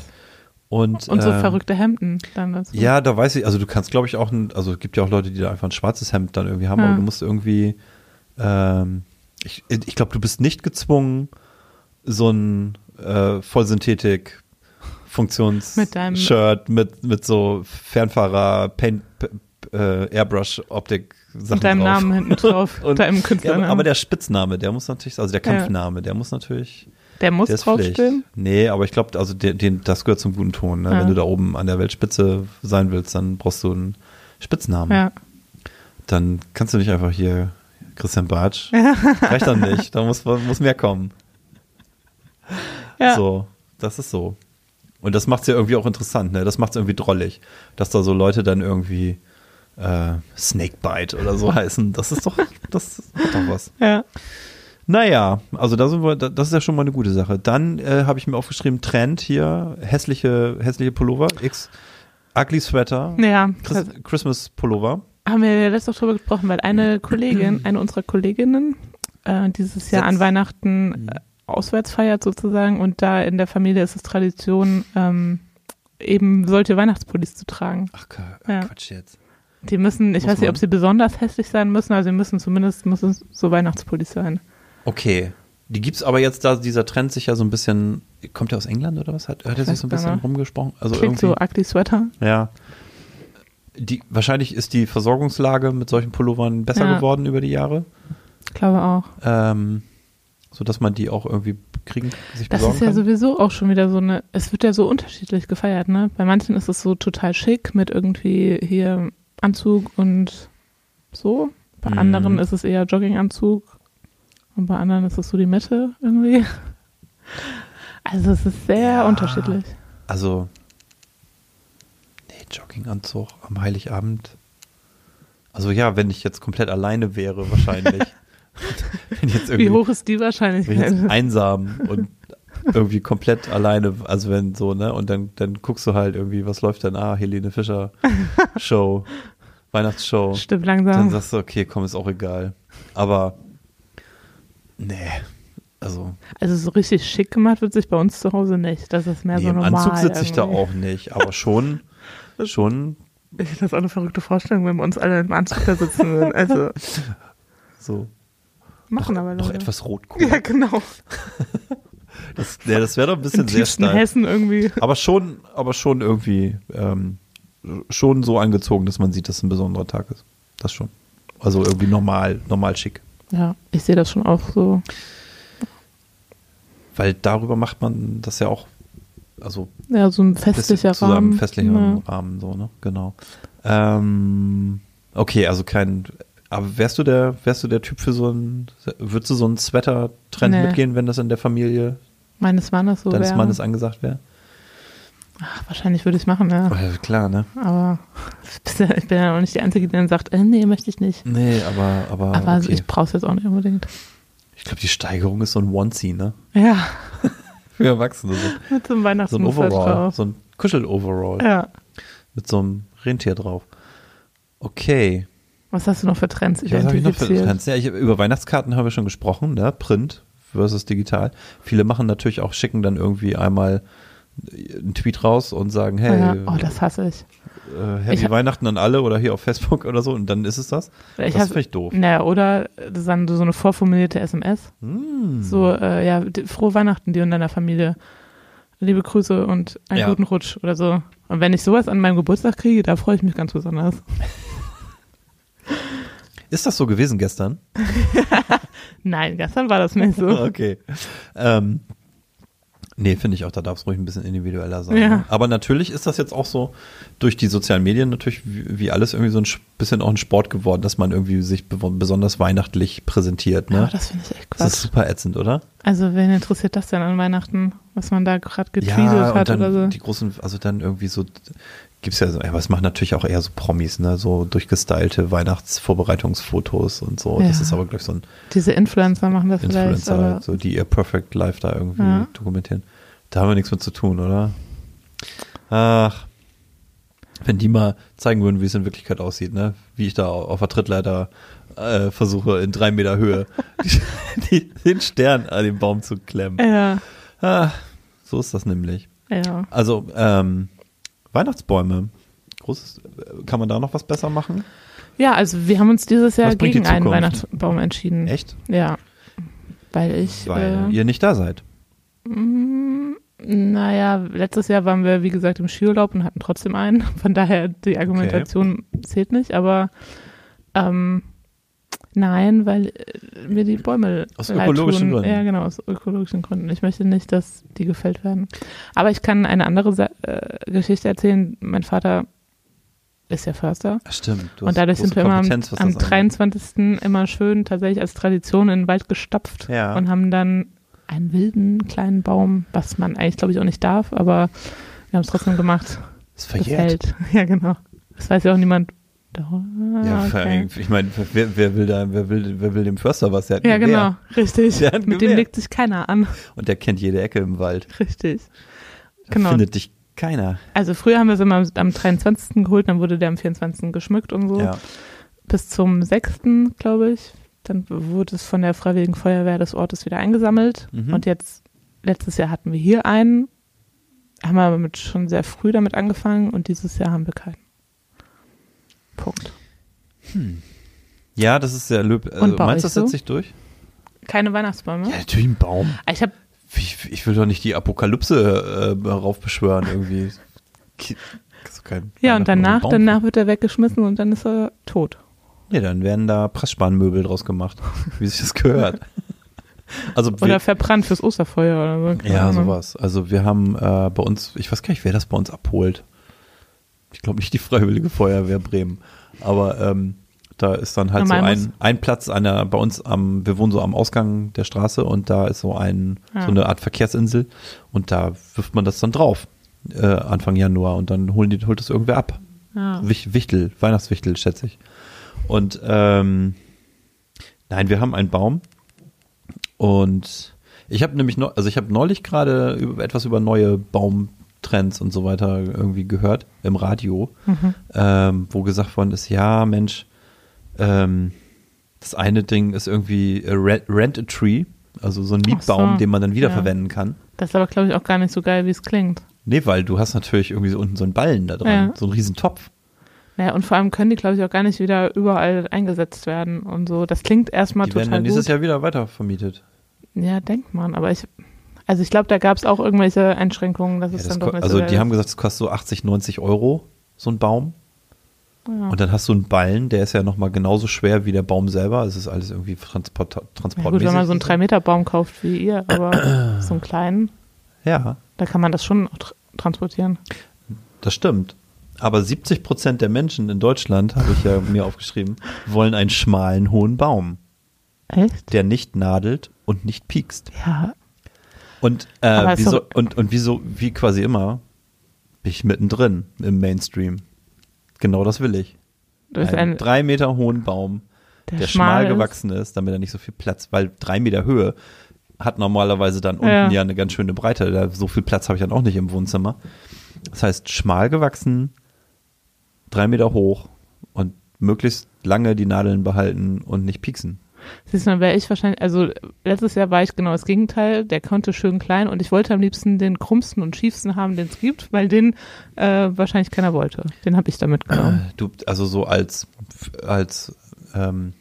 S1: Und,
S2: Und so
S1: ähm,
S2: verrückte Hemden dann dazu.
S1: Ja, da weiß ich, also du kannst, glaube ich, auch, ein, also es gibt ja auch Leute, die da einfach ein schwarzes Hemd dann irgendwie haben,
S2: Ja.
S1: aber du musst irgendwie, ähm, ich, ich glaube, du bist nicht gezwungen, so ein äh, Vollsynthetik Funktions
S2: Mit deinem-
S1: Shirt mit, mit so Fernfahrer Paint P- P- äh, Airbrush Optik Sachen
S2: Mit deinem
S1: drauf.
S2: Namen hinten drauf.
S1: Und-
S2: deinem
S1: Ja,
S2: Künstlernamen.
S1: aber, aber der Spitzname, der muss natürlich, also der
S2: Ja.
S1: Kampfname, der muss natürlich
S2: Der muss
S1: der ist
S2: draufstehen.
S1: Pflicht. Nee, aber ich glaube, also den, den, das gehört zum guten Ton. Ne?
S2: Ja.
S1: Wenn du da oben an der Weltspitze sein willst, dann brauchst du einen Spitznamen.
S2: Ja.
S1: Dann kannst du nicht einfach hier Christian Bartsch. Reicht dann nicht. Da muss, muss mehr kommen.
S2: Ja.
S1: So, das ist so. Und das macht es ja irgendwie auch interessant, ne? Das macht es irgendwie drollig, dass da so Leute dann irgendwie äh, Snakebite oder so heißen. Das ist doch, das hat doch was.
S2: ja.
S1: Naja, also da sind wir, da- das ist ja schon mal eine gute Sache. Dann äh, habe ich mir aufgeschrieben, Trend hier, hässliche, hässliche Pullover, X, ugly Sweater,
S2: Ja.
S1: Chris, Christmas Pullover.
S2: haben wir ja letztes Mal drüber gesprochen, weil eine Kollegin, eine unserer Kolleginnen, äh, dieses Jahr an
S1: Setz-
S2: Weihnachten
S1: Mhm.
S2: äh, auswärts feiert sozusagen und da in der Familie ist es Tradition, ähm, eben solche Weihnachtspullis zu tragen.
S1: Ach Ka-
S2: Ja.
S1: Quatsch jetzt.
S2: Die müssen, ich
S1: Muss
S2: weiß nicht, ob
S1: man?
S2: sie besonders hässlich sein müssen, also sie müssen zumindest müssen es so Weihnachtspullis sein.
S1: Okay. Die gibt's aber jetzt, da dieser Trend sich ja so ein bisschen, kommt der aus England oder was? Hat, hat er sich
S2: weiß
S1: so ein
S2: gar
S1: bisschen
S2: nicht.
S1: rumgesprochen? Also
S2: Klingt
S1: irgendwie.
S2: so ugly Sweater.
S1: Ja. Die, wahrscheinlich ist die Versorgungslage mit solchen Pullovern besser
S2: Ja.
S1: geworden über die Jahre,
S2: Ich glaube auch.
S1: ähm, sodass man die auch irgendwie kriegen, sich
S2: Das
S1: besorgen
S2: ist ja
S1: kann.
S2: sowieso auch schon wieder so eine, es wird ja so unterschiedlich gefeiert, ne? Bei manchen ist es so total schick mit irgendwie hier Anzug und so. Bei
S1: Mhm.
S2: anderen ist es eher Jogginganzug und bei anderen ist es so die Mitte irgendwie. Also es ist sehr
S1: Ja.
S2: unterschiedlich.
S1: Also, nee, Jogginganzug am Heiligabend. Also ja, wenn ich jetzt komplett alleine wäre, wahrscheinlich. wenn ich jetzt
S2: Wie
S1: irgendwie
S2: hoch ist die
S1: wenn ich jetzt
S2: Wahrscheinlichkeit?
S1: einsam und irgendwie komplett alleine, also wenn so, ne? Und dann, dann guckst du halt irgendwie, was läuft denn? Ah, Helene Fischer Show, Weihnachtsshow.
S2: Stimmt
S1: Dann
S2: langsam.
S1: sagst du, okay, komm, ist auch egal. Aber nee, also
S2: Also so richtig schick gemacht wird sich bei uns zu Hause nicht. Das ist mehr
S1: nee,
S2: so
S1: im
S2: normal.
S1: Anzug sitze ich da
S2: irgendwie.
S1: auch nicht, aber schon, schon
S2: Ich hätte das auch eine verrückte Vorstellung, wenn wir uns alle im Anzug da sitzen würden. Also,
S1: so
S2: machen aber
S1: noch
S2: Leute.
S1: etwas Rotkohl.
S2: Ja, genau.
S1: Das, ja, das wäre doch ein bisschen
S2: Im
S1: sehr
S2: tiefsten
S1: steil.
S2: Hessen irgendwie.
S1: Aber schon, aber schon irgendwie, ähm, schon so angezogen, dass man sieht, dass es ein besonderer Tag ist. Das schon. Also irgendwie normal, normal schick.
S2: Ja, ich sehe das schon auch so.
S1: Weil darüber macht man das ja auch, also
S2: Ja, so ein
S1: bisschen
S2: festlicher
S1: zusammen,
S2: Rahmen.
S1: festlicher
S2: ja.
S1: Rahmen, so, ne? Genau. Ähm, okay, also kein, aber wärst du der, wärst du der Typ für so einen, würdest du so einen Sweater-Trend
S2: Nee.
S1: mitgehen, wenn das in der Familie
S2: Meines Mannes so
S1: deines
S2: wäre.
S1: Mannes angesagt wäre?
S2: Ach, wahrscheinlich würde ich machen, ja.
S1: Ja, klar, ne?
S2: Aber ich bin ja auch nicht die Einzige, die dann sagt, äh, nee, möchte ich nicht.
S1: Nee, aber, aber,
S2: Aber also
S1: Ah, okay.
S2: ich brauche es jetzt auch nicht unbedingt.
S1: Ich glaube, die Steigerung ist so ein Onesie, ne?
S2: Ja,
S1: Für Erwachsene. So,
S2: mit so
S1: so
S2: einem
S1: ein
S2: Weihnachtsmuster
S1: Overall.
S2: drauf.
S1: So ein Kuschel-Overall
S2: Ja.
S1: mit so einem Rentier drauf. Okay.
S2: Was hast du noch für Trends
S1: Ja, was hab ich noch für
S2: identifiziert?
S1: Trends? Ja, ich, über Weihnachtskarten haben wir schon gesprochen, ne? Print versus digital. Viele machen natürlich auch, schicken dann irgendwie einmal einen Tweet raus und sagen, hey,
S2: ja. Oh, das hasse ich.
S1: äh, Happy
S2: ich-
S1: Weihnachten an alle oder hier auf Facebook oder so und dann ist es das.
S2: Ich
S1: das
S2: hab-
S1: finde ich doof.
S2: Naja, oder das ist dann so eine vorformulierte SMS.
S1: Hm.
S2: So, äh, ja, d- frohe Weihnachten dir und deiner Familie. Liebe Grüße und einen
S1: Ja.
S2: guten Rutsch oder so. Und wenn ich sowas an meinem Geburtstag kriege, da freue ich mich ganz besonders.
S1: Ist das so gewesen gestern?
S2: Nein, gestern war das nicht so.
S1: Okay. Ähm, nee, finde ich auch, da darf es ruhig ein bisschen individueller sein.
S2: Ja.
S1: Ne? Aber natürlich ist das jetzt auch so durch die sozialen Medien natürlich wie, wie alles irgendwie so ein sch- bisschen auch ein Sport geworden, dass man irgendwie sich bewo- besonders weihnachtlich präsentiert.
S2: Aber
S1: Ne?
S2: das finde ich echt
S1: das ist
S2: Quatsch.
S1: super ätzend, oder?
S2: Also, wen interessiert das denn an Weihnachten, was man da gerade getweetet
S1: und
S2: hat
S1: dann
S2: oder so?
S1: die großen, also dann irgendwie so gibt's ja so, aber es machen natürlich auch eher so Promis, ne? So durchgestylte Weihnachtsvorbereitungsfotos und so. Das
S2: Ja.
S1: ist aber, glaube ich, so ein
S2: Diese Influencer machen das vielleicht.
S1: Influencer,
S2: Aber
S1: halt, so, die ihr Perfect Life da irgendwie
S2: Ja.
S1: dokumentieren. Da haben wir nichts mit zu tun, oder? Ach. Wenn die mal zeigen würden, wie es in Wirklichkeit aussieht, ne? Wie ich da auf der Trittleiter äh, versuche, in drei Meter Höhe die, die, den Stern an den Baum zu klemmen.
S2: ja,
S1: Ah, so ist das nämlich.
S2: ja.
S1: Also, ähm, Weihnachtsbäume. Großes, kann man da noch was besser machen?
S2: Ja, also wir haben uns dieses Jahr
S1: Was bringt die
S2: gegen einen
S1: Zukunft?
S2: Weihnachtsbaum entschieden.
S1: Echt?
S2: Ja. Weil ich,
S1: Weil
S2: äh,
S1: ihr nicht da seid.
S2: naja, letztes Jahr waren wir, wie gesagt, im Skiurlaub und hatten trotzdem einen. Von daher, die Argumentation zählt nicht, aber ähm, nein, weil äh, mir die Bäume.
S1: Aus
S2: leid
S1: ökologischen
S2: tun.
S1: Gründen.
S2: Ja, genau, aus ökologischen Gründen. Ich möchte nicht, dass die gefällt werden. Aber ich kann eine andere Sa äh, Geschichte erzählen. Mein Vater ist ja Förster.
S1: Ah, Stimmt. du hast
S2: Und dadurch
S1: große
S2: sind wir immer am,
S1: Kompetenz, was
S2: am
S1: das angeht.
S2: 23. immer schön tatsächlich als Tradition in den Wald gestapft
S1: Ja.
S2: und haben dann einen wilden kleinen Baum, was man eigentlich, glaube ich, auch nicht darf, aber wir haben es trotzdem gemacht.
S1: Ist verjährt.
S2: Gefällt. Ja, genau. Das weiß ja auch niemand. Da-
S1: Ja,
S2: Ah, okay.
S1: vor allem, ich meine, wer, wer, will da, wer, will, wer will dem Förster was? Der hat ein
S2: Ja,
S1: Gewehr.
S2: genau. Richtig.
S1: Der hat ein
S2: Mit
S1: Gewehr.
S2: dem legt sich keiner an.
S1: Und der kennt jede Ecke im Wald.
S2: Richtig.
S1: Da
S2: Genau.
S1: findet dich keiner.
S2: Also früher haben wir es immer am- am 23. geholt, dann wurde der am 24. geschmückt und so.
S1: Ja.
S2: bis zum 6., glaube ich. Dann wurde es von der Freiwilligen Feuerwehr des Ortes wieder eingesammelt.
S1: Mhm.
S2: Und jetzt, letztes Jahr hatten wir hier einen, haben wir aber mit, schon sehr früh damit angefangen und dieses Jahr haben wir keinen. Punkt.
S1: ja, das ist sehr löb. Also,
S2: Und bei
S1: meinst
S2: euch
S1: du, das setzt
S2: so?
S1: sich durch?
S2: Keine Weihnachtsbäume? Ah,
S1: Ja, natürlich ein Baum.
S2: Ich habe
S1: Ich, ich will doch nicht die Apokalypse äh, raufbeschwören irgendwie. Ki- so kein
S2: ja,
S1: Weihnachten
S2: und
S1: ohne
S2: danach,
S1: Baum.
S2: danach wird er weggeschmissen und dann ist er tot.
S1: Nee, dann werden da Pressspanmöbel draus gemacht, wie sich das gehört. Also wir-
S2: Oder verbrannt fürs Osterfeuer oder so. keine
S1: Ja,
S2: Ahnung.
S1: sowas. Also wir haben äh, bei uns, ich weiß gar nicht, wer das bei uns abholt. Ich glaube nicht die Freiwillige Feuerwehr Bremen. Aber ähm, da ist dann halt
S2: Normal
S1: so ein,
S2: muss-
S1: ein Platz an der, bei uns am, wir wohnen so am Ausgang der Straße und da ist so ein,
S2: Ja.
S1: so eine Art Verkehrsinsel und da wirft man das dann drauf. Äh, Anfang Januar und dann holen die, holt das irgendwer ab.
S2: Ja.
S1: Wich- Wichtel, Weihnachtswichtel, schätze ich. Und ähm, nein, wir haben einen Baum und ich habe nämlich neu, also ich habe neulich gerade über, etwas über neue Baumtrends und so weiter irgendwie gehört im Radio,
S2: Mhm.
S1: ähm, wo gesagt worden ist, ja Mensch, ähm, das eine Ding ist irgendwie äh, Rent, Rent a Tree, also so ein
S2: Ach so,
S1: Mietbaum, den man dann
S2: ja.
S1: wiederverwenden kann.
S2: Das ist aber, glaube ich, auch gar nicht so geil, wie es klingt.
S1: Nee, weil du hast natürlich irgendwie so unten so einen Ballen da dran,
S2: Ja.
S1: so einen riesen Topf.
S2: Naja, und vor allem können die, glaube ich, auch gar nicht wieder überall eingesetzt werden und so. Das klingt erstmal
S1: Die werden
S2: total
S1: dann
S2: gut.
S1: nächstes Jahr wieder weiter vermietet.
S2: Ja, denkt man, aber ich, also ich glaube, da gab es auch irgendwelche Einschränkungen, dass
S1: Ja,
S2: es
S1: das
S2: dann
S1: ko-
S2: doch nicht so
S1: also
S2: geil
S1: die haben gesagt, es kostet so 80, 90 Euro, so ein Baum.
S2: ist. ja.
S1: Und dann hast du einen Ballen, der ist ja nochmal genauso schwer wie der Baum selber. Es ist alles irgendwie transport
S2: ja,
S1: transportmäßig.
S2: gut, wenn man so einen 3-Meter-Baum kauft wie ihr, aber so einen kleinen,
S1: ja,
S2: da kann man das schon auch tr transportieren.
S1: das stimmt. Aber 70 Prozent der Menschen in Deutschland, habe ich ja mir aufgeschrieben, wollen einen schmalen, hohen Baum,
S2: Echt?
S1: der nicht nadelt und nicht piekst.
S2: Ja,
S1: Und,
S2: Aber
S1: äh,
S2: es ist
S1: wieso,
S2: doch-
S1: und, und wieso, wie quasi immer, bin ich mittendrin im Mainstream. Genau das will ich.
S2: das ist
S1: Einen
S2: ein,
S1: drei Meter hohen Baum, der, schmal,
S2: ist.
S1: gewachsen ist, damit er nicht so viel Platz, weil drei Meter Höhe hat normalerweise dann unten
S2: Ja.
S1: ja, eine ganz schöne Breite. Da, so viel Platz habe ich dann auch nicht im Wohnzimmer. Das heißt, schmal gewachsen, drei Meter hoch und möglichst lange die Nadeln behalten und nicht pieksen.
S2: Siehst du, dann wäre ich wahrscheinlich, also letztes Jahr war ich genau das Gegenteil, der konnte schön klein und ich wollte am liebsten den krummsten und schiefsten haben, den es gibt, weil den äh, wahrscheinlich keiner wollte. Den habe ich da mitgenommen.
S1: Du, also so als, als ähm,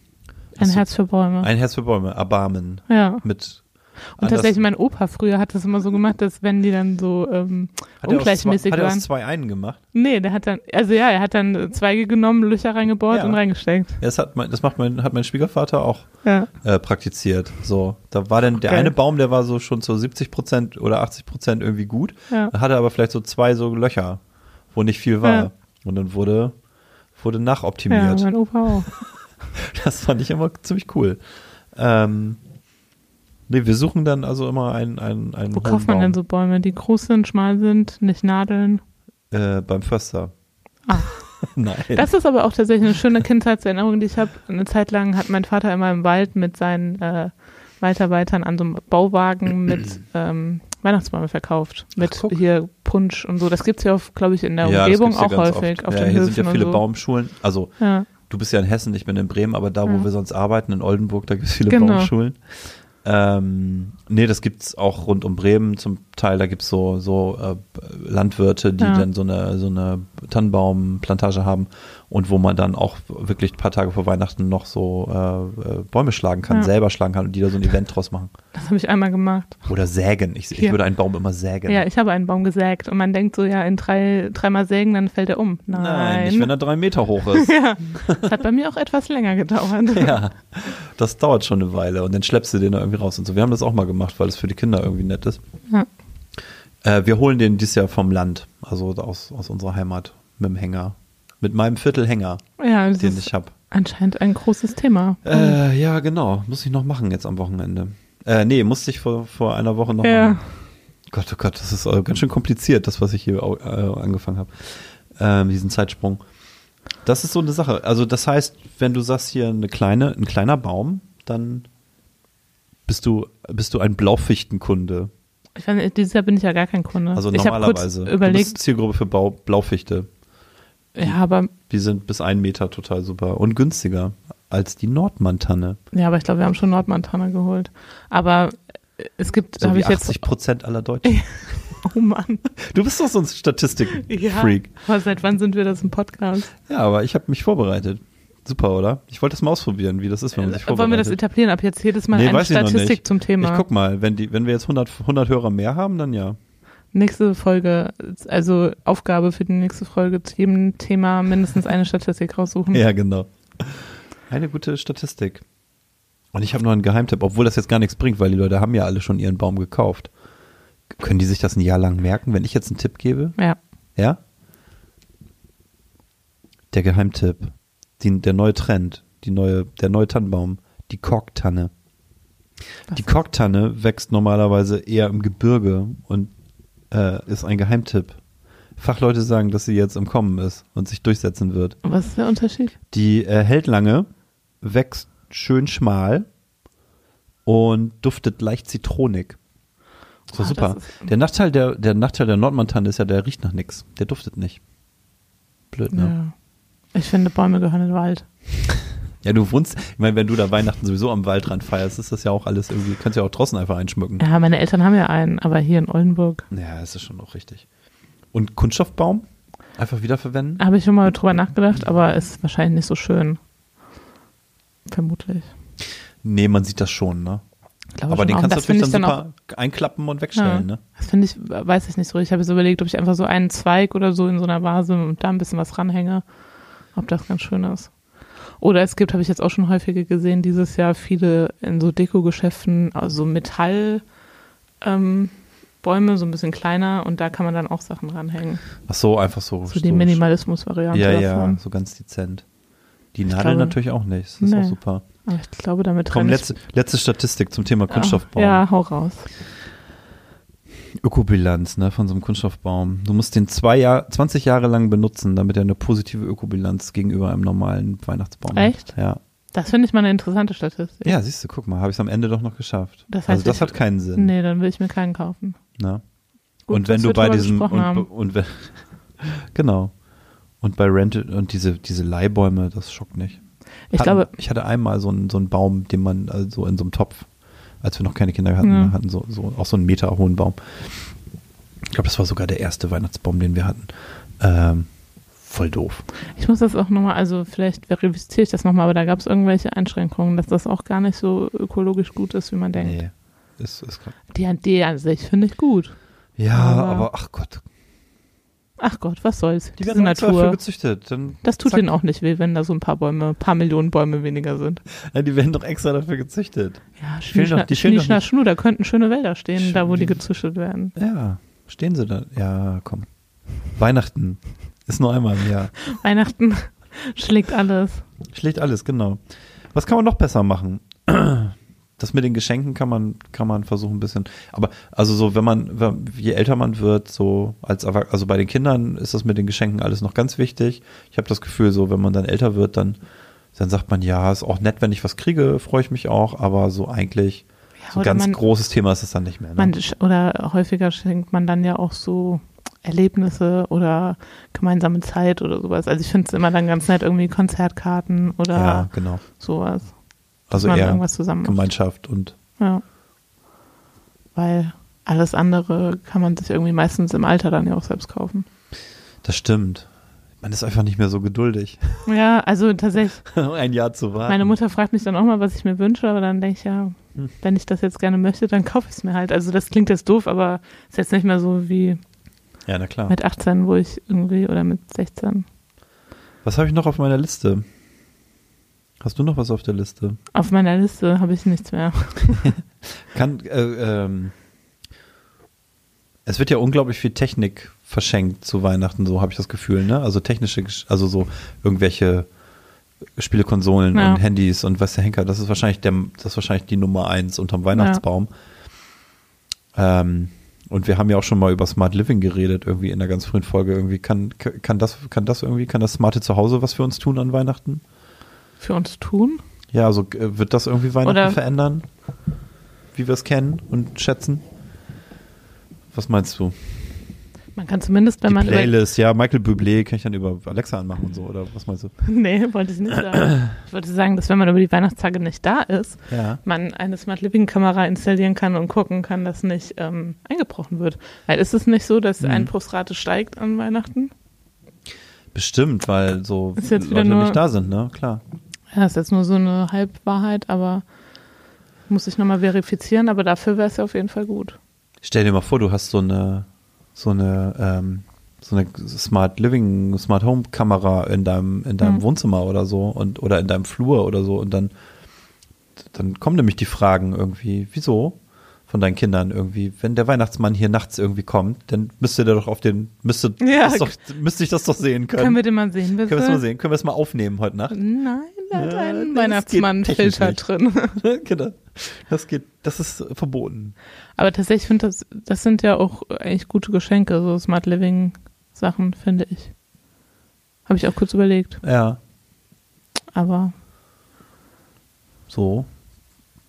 S2: Ein
S1: hast du-
S2: Herz für Bäume.
S1: ein Herz für Bäume, Erbarmen
S2: ja.
S1: mit
S2: Und
S1: anders-
S2: tatsächlich, mein Opa früher hat das immer so gemacht, dass wenn die dann so ähm,
S1: hat er aus
S2: ungleichmäßig
S1: zwei- Hat er
S2: waren.
S1: aus zwei einen gemacht?
S2: Nee, der hat dann, also ja, er hat dann Zweige genommen, Löcher reingebohrt
S1: Ja.
S2: und reingesteckt.
S1: Ja, Das, hat mein, das macht mein, hat mein Schwiegervater auch
S2: Ja.
S1: äh, praktiziert. So, da war dann der
S2: Geil.
S1: eine Baum, der war so schon zu 70 Prozent oder 80 Prozent irgendwie gut,
S2: Ja.
S1: hatte aber vielleicht so zwei so Löcher, wo nicht viel war.
S2: Ja.
S1: Und dann wurde, wurde
S2: ja,
S1: nachoptimiert.
S2: mein Opa auch.
S1: das fand ich immer ziemlich cool. Ähm, nee, wir suchen dann also immer einen, einen, einen
S2: Wo kauft man
S1: Hohenbaum.
S2: denn so Bäume, die groß sind, schmal sind, nicht nadeln?
S1: Äh, beim Förster.
S2: Ah.
S1: Nein.
S2: Das ist aber auch tatsächlich eine schöne Kindheitserinnerung, die ich habe. Eine Zeit lang hat mein Vater immer im Wald mit seinen äh, Waldarbeitern an so einem Bauwagen mit ähm, Weihnachtsbäume verkauft. Mit
S1: Ach, guck.
S2: hier Punsch und so. Das gibt's ja, glaube ich, in der
S1: das
S2: Umgebung
S1: gibt's
S2: auch
S1: hier ganz
S2: häufig.
S1: oft.
S2: Auf
S1: ja,
S2: den
S1: hier
S2: Höfen
S1: sind ja viele
S2: und so.
S1: Baumschulen. Also
S2: Ja.
S1: du bist ja in Hessen, ich bin in Bremen, aber da, wo
S2: Ja.
S1: wir sonst arbeiten, in Oldenburg, da gibt es viele
S2: Mhm. Genau.
S1: Baumschulen. Ähm, nee, das gibt es auch rund um Bremen zum Teil. Da gibt es so, so äh, Landwirte, die
S2: Ja.
S1: dann so eine, so eine Tannenbaumplantage haben und wo man dann auch wirklich ein paar Tage vor Weihnachten noch so äh, äh, Bäume schlagen kann,
S2: Ja.
S1: selber schlagen kann und die da so ein Event draus machen.
S2: Das habe ich einmal gemacht.
S1: Oder sägen. Ich, ich
S2: Hier.
S1: würde einen Baum immer sägen.
S2: Ja, ich habe einen Baum gesägt und man denkt so, ja, in drei, dreimal sägen, dann fällt er um. Nein,
S1: Nein, nicht wenn er drei Meter hoch ist.
S2: das hat bei mir auch etwas länger gedauert.
S1: Ja, das dauert schon eine Weile und dann schleppst du den da irgendwie raus und so. Wir haben das auch mal gemacht, weil es für die Kinder irgendwie nett ist.
S2: Ja.
S1: Äh, wir holen den dieses Jahr vom Land, also aus, aus unserer Heimat mit dem Hänger. Mit meinem Viertelhänger,
S2: Ja, das
S1: den
S2: ist
S1: ich habe.
S2: anscheinend ein großes Thema.
S1: Äh, ja, genau. Muss ich noch machen jetzt am Wochenende. Äh, nee, musste ich vor, vor einer Woche noch
S2: Ja.
S1: machen. Gott, oh Gott, das ist äh, ganz schön kompliziert, das, was ich hier au- äh, angefangen habe. Ähm, diesen Zeitsprung. Das ist so eine Sache. Also, das heißt, wenn du sagst hier eine kleine, ein kleiner Baum, dann bist du, bist du ein Blaufichtenkunde.
S2: Ich weiß nicht, dieses Jahr bin ich ja gar kein Kunde.
S1: Also
S2: ich habe kurz
S1: normalerweise. Du bist
S2: überlegt,
S1: Zielgruppe für Bau, Blaufichte.
S2: ja, aber,
S1: Die sind bis einen Meter total super und günstiger als die Nordmantanne.
S2: ja, aber ich glaube, wir haben schon Nordmantanne geholt. Aber es gibt,
S1: So
S2: habe
S1: wie
S2: ich jetzt,
S1: 80 Prozent aller Deutschen.
S2: oh Mann,
S1: Du bist doch so ein Statistik-Freak.
S2: aber seit wann sind wir das im Podcast?
S1: Ja. aber ich habe mich vorbereitet. Super, oder? Ich wollte das mal ausprobieren, wie das ist, wenn man sich vorbereitet.
S2: Äh, Wollen wir das etablieren? Ab jetzt jedes Mal
S1: Nee,
S2: eine
S1: weiß ich noch
S2: Statistik
S1: nicht.
S2: zum Thema.
S1: Ich guck mal, wenn, die, wenn wir jetzt 100, 100 Hörer mehr haben, dann ja.
S2: Nächste Folge, also Aufgabe für die nächste Folge zu jedem Thema mindestens eine Statistik raussuchen.
S1: Ja, genau. Eine gute Statistik. Und ich habe noch einen Geheimtipp, obwohl das jetzt gar nichts bringt, weil die Leute haben ja alle schon ihren Baum gekauft. Können die sich das ein Jahr lang merken, wenn ich jetzt einen Tipp gebe?
S2: Ja.
S1: Ja? Der Geheimtipp, die, der neue Trend, die neue, der neue Tannenbaum, die Korktanne.
S2: Was?
S1: Die Korktanne wächst normalerweise eher im Gebirge und äh, ist ein Geheimtipp. Fachleute sagen, dass sie jetzt im Kommen ist und sich durchsetzen wird.
S2: Was ist der Unterschied?
S1: Die äh, hält lange, wächst schön schmal und duftet leicht zitronig. Das war
S2: Ah,
S1: super.
S2: das ist-
S1: der, Nachteil der, der Nachteil der Nordmantanne ist ja, der riecht nach nichts. Der duftet nicht. Blöd,
S2: Ja.
S1: ne?
S2: Ich finde, Bäume gehören in den Wald.
S1: Ja, du wohnst, ich meine, wenn du da Weihnachten sowieso am Waldrand feierst, ist das ja auch alles irgendwie, kannst ja auch draußen einfach einschmücken.
S2: Ja, meine Eltern haben ja einen, aber hier in Oldenburg.
S1: Ja, das ist schon auch richtig. Und Kunststoffbaum? Einfach wiederverwenden?
S2: Habe ich schon mal drüber nachgedacht, aber ist wahrscheinlich nicht so schön. Vermutlich.
S1: Nee, man sieht das schon, ne?
S2: Glaube
S1: Aber
S2: schon
S1: den
S2: auch.
S1: kannst du
S2: Das find
S1: natürlich dann
S2: ich
S1: super einklappen und wegstellen,
S2: Ja.
S1: ne?
S2: Das finde ich, weiß ich nicht so. Ich habe jetzt überlegt, ob ich einfach so einen Zweig oder so in so einer Vase und da ein bisschen was ranhänge, ob das ganz schön ist. Oder es gibt, habe ich jetzt auch schon häufiger gesehen, dieses Jahr viele in so Deko-Geschäften, also Metallbäume, ähm, Bäume, so ein bisschen kleiner und da kann man dann auch Sachen ranhängen.
S1: Ach so, einfach so.
S2: So die Minimalismus-Variante
S1: Ja, ja,
S2: davon.
S1: so ganz dezent. Die
S2: Ich
S1: Nadel
S2: glaube-
S1: natürlich auch nicht. Das ist
S2: Nee.
S1: auch super.
S2: Aber ich glaube, damit
S1: Komm,
S2: renne
S1: letzte, letzte Statistik zum Thema
S2: ich,
S1: Kunststoffbaum.
S2: Ja, hau raus.
S1: Ökobilanz ne, von so einem Kunststoffbaum. Du musst den zwei Jahr, 20 Jahre lang benutzen, damit er eine positive Ökobilanz gegenüber einem normalen Weihnachtsbaum
S2: Echt?
S1: hat. Ja.
S2: Das finde ich mal eine interessante Statistik.
S1: ja, siehst du, guck mal, habe ich es am Ende doch noch geschafft.
S2: Das heißt,
S1: also das
S2: ich-
S1: hat keinen Sinn.
S2: Nee, dann will ich mir keinen kaufen.
S1: Ne?
S2: Gut,
S1: und wenn
S2: dass
S1: du
S2: wir
S1: bei
S2: drüber
S1: diesem
S2: gesprochen
S1: und,
S2: haben.
S1: und wenn, genau und bei Rented und diese diese Leihbäume, das schockt nicht.
S2: Ich
S1: Hatten-
S2: glaube,
S1: ich hatte einmal so einen so einen Baum, den man also in so einem Topf, als wir noch keine Kinder hatten,
S2: Ja.
S1: hatten so, so auch so einen Meter hohen Baum. Ich glaube, das war sogar der erste Weihnachtsbaum, den wir hatten. Ähm, voll doof.
S2: Ich muss das auch nochmal, also vielleicht verifiziere ich das nochmal, aber da gab es irgendwelche Einschränkungen, dass das auch gar nicht so ökologisch gut ist, wie man denkt.
S1: Nee. Ist, ist klar.
S2: Die Idee an sich finde ich gut.
S1: ja,
S2: Aber-
S1: aber, ach Gott,
S2: Ach Gott, was soll's.
S1: die
S2: Diese
S1: werden extra dafür
S2: Natur.
S1: gezüchtet. Dann,
S2: Das tut
S1: zack.
S2: denen auch nicht weh, wenn da so ein paar Bäume, paar Millionen Bäume weniger sind.
S1: Ja, die werden doch extra dafür gezüchtet. fehlen
S2: Ja,
S1: doch-
S2: Schnieschna,
S1: die fehlen doch
S2: Schnieschna,
S1: nicht.
S2: Schnu, da könnten schöne Wälder stehen, da wo die
S1: Die-
S2: gezüchtet werden.
S1: Ja, stehen sie da. Ja, komm. Weihnachten ist nur einmal im Jahr.
S2: Weihnachten schlägt alles.
S1: Schlägt alles, genau. Was kann man noch besser machen? Das mit den Geschenken kann man, kann man versuchen ein bisschen. Aber also so, wenn man, wenn, je älter man wird, so als Erwach- also bei den Kindern ist das mit den Geschenken alles noch ganz wichtig. Ich habe das Gefühl, so wenn man dann älter wird, dann, dann sagt man, ja, ist auch nett, wenn ich was kriege, freue ich mich auch, aber so eigentlich
S2: Ja,
S1: so ein
S2: oder
S1: ganz
S2: man-
S1: großes Thema ist es dann nicht mehr. Ne?
S2: Man, sch- oder häufiger schenkt man dann ja auch so Erlebnisse oder gemeinsame Zeit oder sowas. Also ich finde es immer dann ganz nett, irgendwie Konzertkarten oder
S1: ja, genau.
S2: sowas. Dass
S1: Also
S2: man
S1: eher
S2: irgendwas zusammen macht.
S1: Gemeinschaft und
S2: Ja. Weil alles andere kann man sich irgendwie meistens im Alter dann ja auch selbst kaufen.
S1: Das stimmt. Man ist einfach nicht mehr so geduldig, um
S2: Ja, also tatsächlich,
S1: ein Jahr zu warten.
S2: meine Mutter fragt mich dann auch mal, was ich mir wünsche, aber dann denke ich ja,
S1: Hm.
S2: wenn ich das jetzt gerne möchte, dann kaufe ich es mir halt. Also das klingt jetzt doof, aber ist jetzt nicht mehr so wie
S1: Ja, na klar.
S2: mit 18, wo ich irgendwie, oder mit 16.
S1: Was habe ich noch auf meiner Liste? Hast du noch was auf der Liste?
S2: Auf meiner Liste habe ich nichts mehr.
S1: Kann, äh, ähm, es wird ja unglaublich viel Technik verschenkt zu Weihnachten, so habe ich das Gefühl, ne? Also technische, Gesch- also so irgendwelche Spielekonsolen
S2: Ja.
S1: und Handys und was der Henker, das ist wahrscheinlich der, das ist wahrscheinlich die Nummer eins unterm Weihnachtsbaum. Ähm, und wir haben ja auch schon mal über Smart Living geredet, irgendwie in der ganz frühen Folge. Irgendwie kann, kann das, kann das irgendwie, kann das smarte Zuhause was für uns tun an Weihnachten?
S2: Für uns tun?
S1: Ja, also äh, wird das irgendwie Weihnachten
S2: Oder-
S1: verändern? Wie wir es kennen und schätzen? Was meinst du?
S2: Man kann zumindest, wenn
S1: Die
S2: man. über-
S1: Playlist, ja, Michael Bublé kann ich dann über Alexa anmachen und so, oder was meinst du?
S2: Nee, wollte ich nicht sagen. Ich wollte sagen, dass wenn man über die Weihnachtstage nicht da ist,
S1: Ja.
S2: man eine Smart Living Kamera installieren kann und gucken kann, dass nicht ähm, eingebrochen wird. Weil ist es nicht so, dass die
S1: Mhm.
S2: Einbruchsrate steigt an Weihnachten?
S1: Bestimmt, weil so
S2: Ist jetzt wieder
S1: Leute
S2: nur-
S1: nicht da sind, ne? Klar.
S2: Ja, das ist jetzt nur so eine Halbwahrheit, aber muss ich nochmal verifizieren, aber dafür wäre es ja auf jeden Fall gut.
S1: Stell dir mal vor, du hast so eine, so eine, ähm, so eine Smart Living, Smart Home Kamera in deinem, in deinem
S2: Mhm.
S1: Wohnzimmer oder so und oder in deinem Flur oder so und dann, dann kommen nämlich die Fragen irgendwie, wieso? Von deinen Kindern irgendwie, wenn der Weihnachtsmann hier nachts irgendwie kommt, dann müsste der doch auf den, müsste,
S2: Ja.
S1: das doch, müsste ich das doch sehen können.
S2: Können wir den mal sehen, bitte?
S1: Können wir das mal sehen? Können wir es mal aufnehmen heute Nacht?
S2: Nein, da hat
S1: Ja,
S2: ein
S1: das geht
S2: Weihnachtsmann-Filter
S1: technisch
S2: drin.
S1: genau. Das geht, das ist verboten.
S2: Aber tatsächlich finde das, das sind ja auch eigentlich gute Geschenke, so Smart Living Sachen, finde ich. Habe ich auch kurz überlegt,
S1: Ja.
S2: aber
S1: So.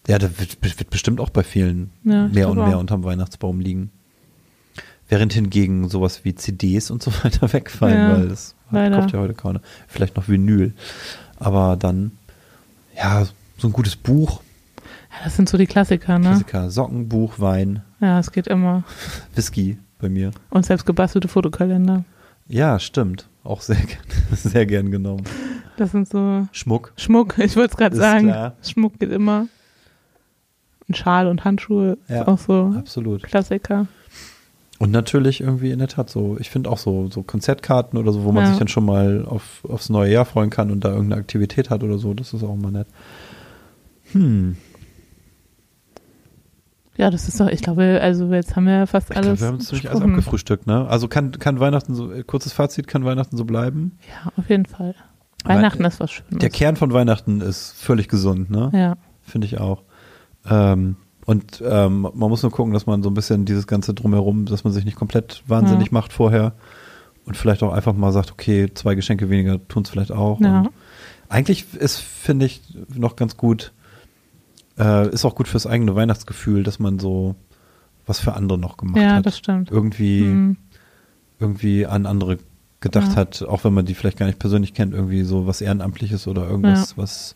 S1: Ja, da wird, wird bestimmt auch bei vielen
S2: Ja, ich
S1: mehr und
S2: glaube
S1: mehr
S2: auch.
S1: unterm Weihnachtsbaum liegen. Während hingegen sowas wie CDs und so weiter wegfallen,
S2: Ja,
S1: weil das
S2: leider.
S1: kauft ja heute keiner. Vielleicht noch Vinyl. Aber dann, ja, so ein gutes Buch,
S2: ja, das sind so die Klassiker, ne?
S1: Klassiker, Sockenbuch, Wein,
S2: Ja, es geht immer.
S1: Whisky. bei mir.
S2: Und selbst gebastelte Fotokalender.
S1: Ja, stimmt. Auch sehr, gern- sehr gern genommen.
S2: Das sind so
S1: Schmuck.
S2: Schmuck, ich wollte es gerade
S1: Ist
S2: sagen.
S1: klar.
S2: Schmuck geht immer. Ein Schal und Handschuhe
S1: Ja.
S2: ist auch so
S1: Absolut.
S2: Klassiker.
S1: Und natürlich irgendwie in der Tat so, ich finde auch so, so Konzertkarten oder so, wo man
S2: Ja.
S1: sich dann schon mal auf, aufs neue Jahr freuen kann und da irgendeine Aktivität hat oder so, das ist auch immer nett. Hm.
S2: Ja, das ist doch, ich glaube, also jetzt haben wir fast
S1: Ich
S2: alles.
S1: glaub, wir haben uns ziemlich alles
S2: besprochen.
S1: abgefrühstückt, ne? Also kann, kann Weihnachten so, äh, kurzes Fazit, kann Weihnachten so bleiben?
S2: Ja, auf jeden Fall.
S1: Aber
S2: Weihnachten ist was Schönes.
S1: Der Kern von Weihnachten ist völlig gesund, ne?
S2: ja,
S1: Finde ich auch. Ähm, und ähm, man muss nur gucken, dass man so ein bisschen dieses Ganze drumherum, dass man sich nicht komplett wahnsinnig macht vorher und vielleicht auch einfach mal sagt, okay, zwei Geschenke weniger tun es vielleicht auch.
S2: Ja.
S1: Und eigentlich ist, finde ich, noch ganz gut, äh, ist auch gut fürs eigene Weihnachtsgefühl, dass man so was für andere noch gemacht
S2: ja
S1: hat.
S2: das stimmt.
S1: halt Irgendwie,
S2: Mhm.
S1: irgendwie an andere gedacht
S2: Ja.
S1: hat, auch wenn man die vielleicht gar nicht persönlich kennt, irgendwie so was Ehrenamtliches oder irgendwas, was.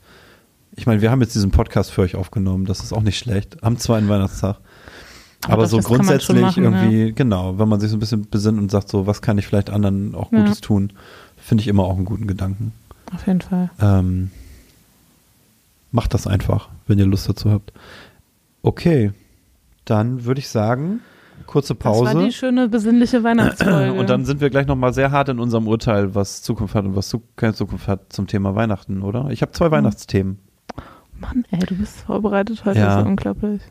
S1: Ich meine, wir haben jetzt diesen Podcast für euch aufgenommen, das ist auch nicht schlecht, am zweiten Weihnachtstag. Aber,
S2: doch,
S1: so
S2: das kann man schon
S1: grundsätzlich
S2: machen,
S1: irgendwie, genau, wenn man sich so ein bisschen besinnt und sagt, so, was kann ich vielleicht anderen auch Gutes
S2: Ja.
S1: tun, finde ich immer auch einen guten Gedanken.
S2: Ja, auf jeden Fall.
S1: Ähm, macht das einfach, wenn ihr Lust dazu habt. Okay, dann würde ich sagen, kurze Pause.
S2: Das war die schöne, besinnliche Weihnachtsfolge.
S1: Und dann sind wir gleich nochmal sehr hart in unserem Urteil, was Zukunft hat und was zu, keine Zukunft hat zum Thema Weihnachten, oder? Ich habe zwei
S2: Mhm.
S1: Weihnachtsthemen.
S2: Mann, ey, du bist vorbereitet heute,
S1: Ja.
S2: ist unglaublich.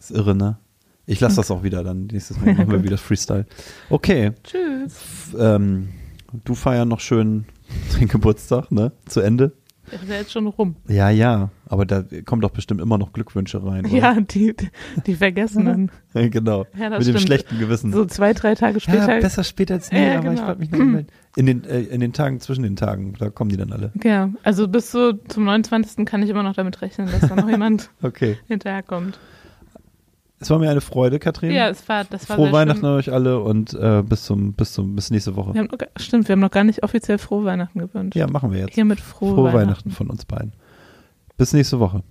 S1: Ist irre, ne? Ich
S2: Mhm.
S1: lasse das auch wieder dann. Nächstes Mal
S2: Ja,
S1: machen wir
S2: gut.
S1: wieder Freestyle. Okay.
S2: Tschüss.
S1: F- Ähm, du feierst noch schön den Geburtstag, ne? Zu Ende.
S2: Ist ja jetzt schon rum.
S1: Ja, ja. Aber da kommen doch bestimmt immer noch Glückwünsche rein. Oder?
S2: Ja, die, die- die Vergessenen.
S1: genau.
S2: Ja,
S1: Mit
S2: das
S1: dem
S2: stimmt.
S1: schlechten Gewissen.
S2: So zwei, drei Tage
S1: ja,
S2: später.
S1: besser später als nie,
S2: Ja,
S1: aber ich
S2: genau.
S1: bleib mich noch anmelden. in den, äh, in den Tagen zwischen den Tagen, da kommen die dann alle.
S2: Ja, also bis so zum 29. kann ich immer noch damit rechnen, dass da noch jemand
S1: Okay.
S2: hinterherkommt.
S1: Es war mir eine Freude, Katrin.
S2: Ja, es war, das war
S1: Frohe
S2: sehr
S1: Weihnachten
S2: schön.
S1: an euch alle und äh, bis zum bis zum bis nächste Woche.
S2: Wir
S1: Ja,
S2: haben, noch gar- stimmt, wir haben noch gar nicht offiziell frohe Weihnachten gewünscht.
S1: machen wir jetzt.
S2: Hiermit frohe,
S1: Frohe Weihnachten
S2: Weihnachten.
S1: von uns beiden. Bis nächste Woche.